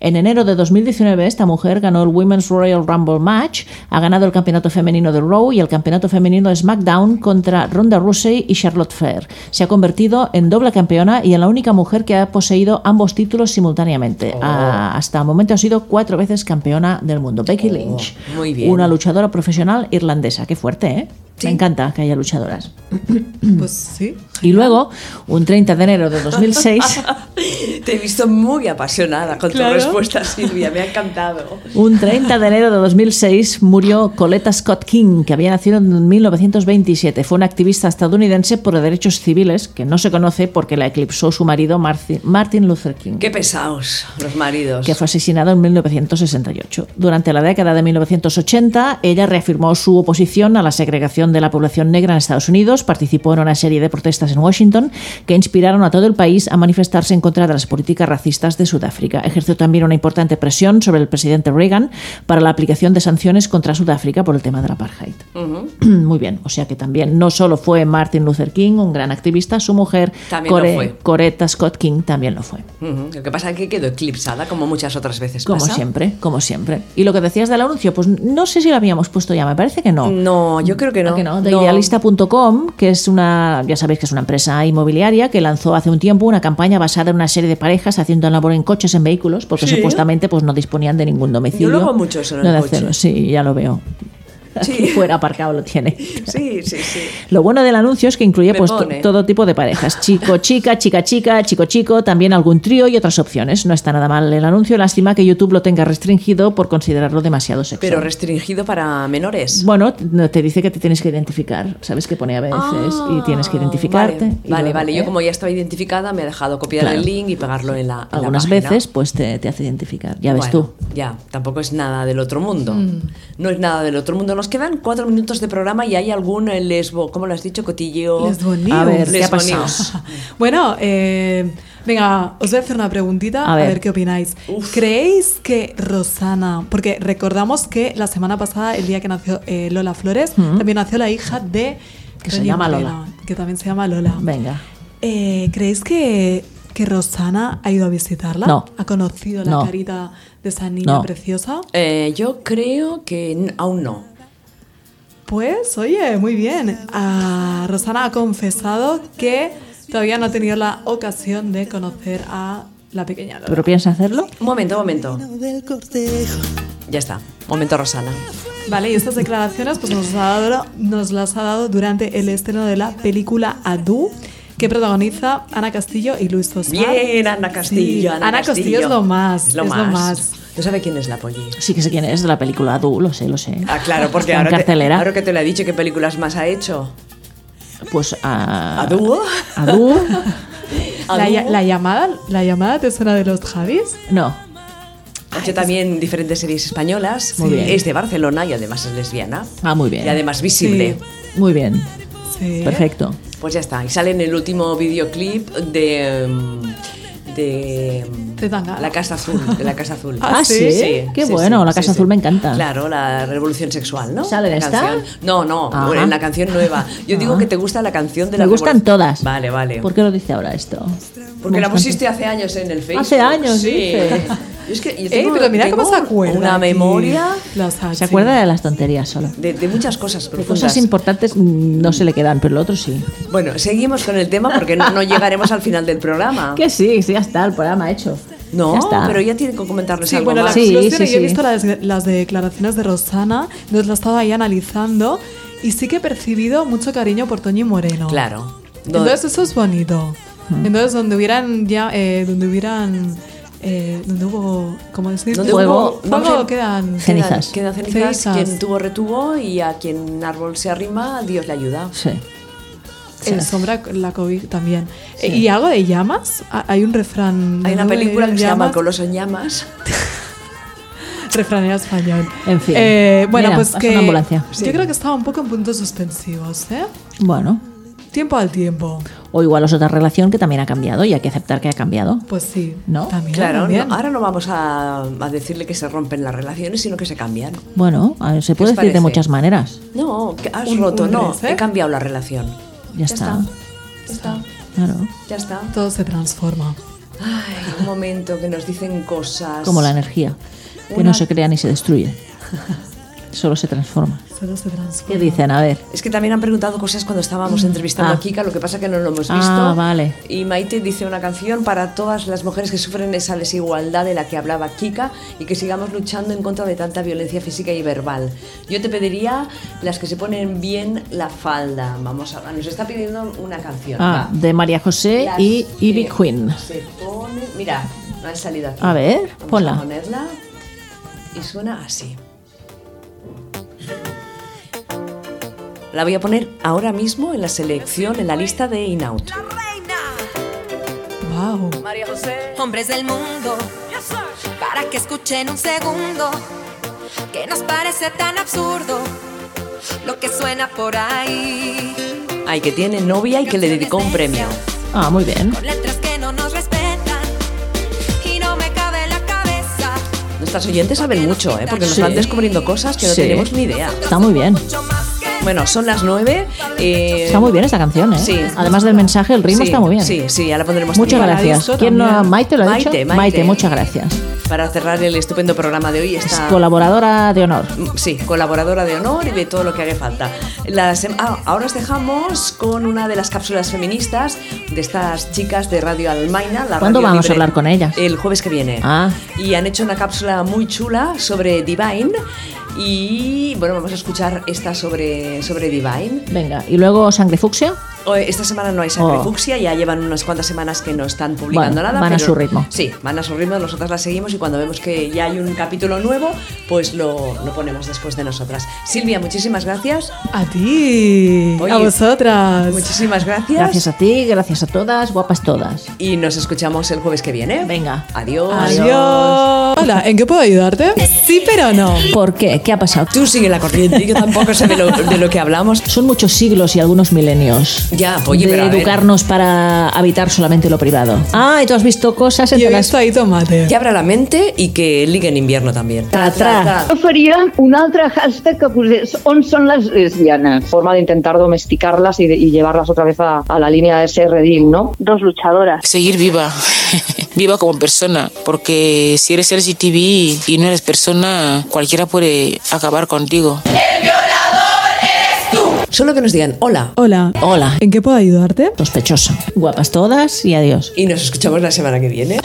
En enero de 2019, esta mujer ganó el Women's Royal Rumble Match, ha ganado el campeonato femenino de Raw y el campeonato femenino de SmackDown contra Ronda Rousey y Charlotte Flair. Se ha convertido en doble campeona y en la única mujer que ha poseído ambos títulos simultáneamente. Oh. Ah, hasta el momento ha sido cuatro Oh. veces campeona del mundo. Becky Lynch, muy bien. una luchadora profesional irlandesa. Qué fuerte, ¿eh? Sí. Me encanta que haya luchadoras. Pues sí. Y luego, un 30 de enero de 2006, Te he visto muy apasionada con Claro. tu respuesta, Silvia. Me ha encantado. un 30 de enero de 2006 murió Coletta Scott King, que había nacido en 1927. Fue una activista estadounidense por derechos civiles, que no se conoce porque la eclipsó su marido Marci- Martin Luther King. Qué pesados los maridos. que fue asesinado en 1968. Durante la década de 1980, ella reafirmó su oposición a la segregación de la población negra en Estados Unidos, participó en una serie de protestas en Washington que inspiraron a todo el país a manifestarse en contra de las políticas racistas de Sudáfrica. Ejerció también una importante presión sobre el presidente Reagan para la aplicación de sanciones contra Sudáfrica por el tema del apartheid. Muy bien, o sea que también no solo fue Martin Luther King un gran activista, su mujer También lo fue. Coretta Scott King también lo fue. Ujú. Lo que pasa es que quedó eclipsada, como muchas otras veces Como pasa. siempre, como siempre. Y lo que decías del anuncio, pues no sé si lo habíamos puesto ya, me parece que no. No, yo creo que no. ¿A que no? De idealista.com, que es una, ya sabéis que es una empresa inmobiliaria que lanzó hace un tiempo una campaña basada en una serie de parejas haciendo el labor en coches, en vehículos, porque supuestamente pues no disponían de ningún domicilio. Yo lo hago mucho eso en el No de coche. hacerlo, Sí, ya lo veo. Sí. Aquí fuera aparcado lo tiene. Sí, sí, sí. Lo bueno del anuncio es que incluye Me pues, to- pone. todo tipo de parejas. Chico, chica, chica, chica, chico, chico, también algún trío y otras opciones. No está nada mal el anuncio. Lástima que YouTube lo tenga restringido por considerarlo demasiado sexual. Pero restringido para menores. bueno, t- te dice que te tienes que identificar. ¿Sabes que pone a veces? y tienes que identificarte. Ah, Vale, y vale, luego, vale. ¿eh? Yo como ya estaba identificada, me ha dejado copiar Claro. el link y pegarlo en la en la Algunas página. veces pues te, te hace identificar. Ya ves Bueno, tú. Mm. Ya, tampoco es nada del otro mundo. No es nada del otro mundo. Nos quedan cuatro minutos de programa y hay algún eh, lesbo, ¿cómo lo has dicho? Cotillo. Lesbonews. A ver, ¿qué ha pasado? Lesbonews. Bueno, eh, venga, os voy a hacer una preguntita A a ver, ver. qué opináis. ¿Creéis que Rosana, porque recordamos que la semana pasada, el día que nació eh, Lola Flores, también nació la hija de... Mm. Que se Tony llama Moreno, Lola. Que también se llama Lola. Venga. Eh, ¿Creéis que, que Rosana ha ido a visitarla? No. ¿Ha conocido la No. carita de esa niña No. preciosa? Eh, yo creo que n- aún no. Pues, oye, muy bien. Ah, Rosana ha confesado que todavía no ha tenido la ocasión de conocer a la pequeña Lola. ¿Pero piensa hacerlo? Un momento, un momento. Ya está. Momento, Rosana. Vale, y estas declaraciones pues, nos, ha dado- nos las ha dado durante el estreno de la película Adu, que protagoniza Ana Castillo y Luis Tosar. Bien, Ana Castillo. Sí, Ana, Castillo. es lo más. Es lo más. No sabe quién es la poli. Sí que sé quién es de la película tú, lo sé, lo sé. Ah, claro, porque Está en ahora, cartelera. Te, ahora que te lo he dicho, ¿qué películas más ha hecho? Pues a... ¿A dúo? ¿A dúo? ¿A La, dúo? ya- la llamada, ¿La llamada te suena de los Javis? No. Ha hecho también diferentes series españolas. Muy bien. Es de Barcelona y además es lesbiana. Ah, muy bien. Y además visible. Muy bien. Sí. Perfecto. Pues ya está. Y sale en el último videoclip de. mm, de. mm, De Tangana. La Casa Azul. De la Casa Azul. Ah, ¿sí? Qué bueno, La Casa Azul me encanta. Claro, la revolución sexual, ¿no? ¿Sale en La esta? canción. No, no, Ajá. en la canción nueva. Yo digo que te gusta la canción de la Me gustan revolu- todas. Vale, vale. ¿Por qué lo dice ahora esto? Porque Me la gustan pusiste hace años en el Facebook. Hace años, dice. Yo Es que yo Eh, tengo- pero mira cómo tengo se acuerda. Una aquí. memoria Las todas. H. Se acuerda de las tonterías solo. de, de muchas cosas De profundas. cosas importantes mm, no se le quedan, pero lo otro sí. Bueno, seguimos con el tema porque no, no llegaremos al final del programa. Que sí, sí, ya está, el programa hecho. Ah. No, ya está. pero ya tienen que comentarles Sí, algo bueno, la más. Sí, conclusión, sí, yo he sí. visto las, las declaraciones de Rosana, entonces la he estado ahí analizando y sí que he percibido mucho cariño por Toñi Moreno. Claro. No- Entonces eso es bonito. Mm. Entonces donde hubieran ya, eh, donde hubieran, eh, donde hubo, ¿cómo decir? Donde Fuego. hubo- fuego vamos a- quedan. Gen- Cenizas. Quedan, quedan cenizas, Cenizas. Quien tuvo retuvo y a quien árbol se arrima, Dios le ayuda. Sí. En sombra la COVID también. Eh, ¿Y algo de llamas? Ah, Hay un refrán. Hay una ¿no? de película que se llama El llamas. Coloso en Llamas. Refranero español. En fin. Eh, bueno, Mira, pues pasa que. una ambulancia. Yo creo que estaba un poco en puntos suspensivos, ¿eh? Bueno. Tiempo al tiempo. O igual es otra relación que también ha cambiado y hay que aceptar que ha cambiado. Pues sí. ¿No? También, Claro, también. no- ahora no vamos a, a decirle que se rompen las relaciones, sino que se cambian. Bueno, a ver, se puede os decir de parece? muchas maneras. No, que has Un- roto, un no, reset. he cambiado la relación. Ya, está. Ya está, Claro. ya está. Todo se transforma. Ay, un momento que nos dicen cosas. Como la energía, que Una- no se crea ni se destruye. solo se transforma. Solo se transforma. ¿Qué dicen? A ver. Es que también han preguntado cosas cuando estábamos entrevistando Ah. a Kika, lo que pasa que no lo hemos Ah, visto. vale. Y Maite dice una canción para todas las mujeres que sufren esa desigualdad de la que hablaba Kika y que sigamos luchando en contra de tanta violencia física y verbal. Yo te pediría las que se ponen bien la falda. Vamos a, nos está pidiendo una canción. Ah, va. de María José Las y que Ivy Queen. Se pone, mira, no ha salido aquí. A ver, Vamos ponla. A ponerla. Y suena así. La voy a poner ahora mismo en la selección, en la lista de In-Out. Wow. hombres del mundo, para que escuchen un segundo que nos parece tan absurdo lo que suena por ahí. Ay, que tiene novia y que le dedicó un premio. Ah, muy bien. Con letras que no nos respetan y no me cabe en la cabeza. Nuestras oyentes saben mucho, ¿eh? porque nos Sí. van descubriendo cosas que no Sí. tenemos ni idea. Está muy bien. Mucho más que Bueno, son las nueve. eh, Está muy bien esta canción, ¿eh? Sí. Además del mensaje, el ritmo sí, está muy bien. Sí, sí, ahora pondremos Muchas también. gracias. Paradiso ¿Quién no ha- también. Maite lo ha Maite, dicho? Maite. muchas gracias. Para cerrar el estupendo programa de hoy Es está... colaboradora de honor. Mm, Sí, colaboradora de honor y de todo lo que haga falta. La sem- ah, ahora os dejamos con una de las cápsulas feministas de estas chicas de Radio Almaina. la ¿Cuándo radio vamos libre. a hablar con ellas? El jueves que viene. Ah. Y han hecho una cápsula muy chula sobre Divine. Y bueno, vamos a escuchar esta sobre, sobre Divine. Venga, y luego Sangre Fucsia. O- Esta semana no hay Oh. sacrifuxia, ya llevan unas cuantas semanas que no están publicando Bueno, nada. van a pero- su ritmo. Sí, van a su ritmo, nosotras las seguimos y cuando vemos que ya hay un capítulo nuevo, pues lo, lo ponemos después de nosotras. Silvia, muchísimas gracias. A ti. Oye, a vosotras. Muchísimas gracias. Pues, Gracias a ti, gracias a todas, guapas todas. Y nos escuchamos el jueves que viene. Venga. Adiós. Adiós. Hola, ¿en qué puedo ayudarte? Sí, pero no. ¿Por qué? ¿Qué ha pasado? Tú sigue la corriente, yo tampoco sé de lo, de lo que hablamos. Son muchos siglos y algunos milenios. Ya, oye, de pero a ver. educarnos para habitar solamente lo privado. Ah, y tú has visto cosas Yo entre he las... visto ahí tomate. Que abra la mente y que ligue en invierno también. Tra, tra. Jo faria un altre hashtag que posés on són les lesbianes. Forma de intentar domesticarlas y, de- y llevarlas otra vez a, a la línea de ese redil, ¿no? Dos luchadoras. seguir viva, viva como persona, porque si eres LGTB y no eres persona, cualquiera puede acabar contigo. Solo que nos digan hola. Hola. Hola. ¿En qué puedo ayudarte? Sospechoso. Guapas todas y adiós. Y nos escuchamos la semana que viene.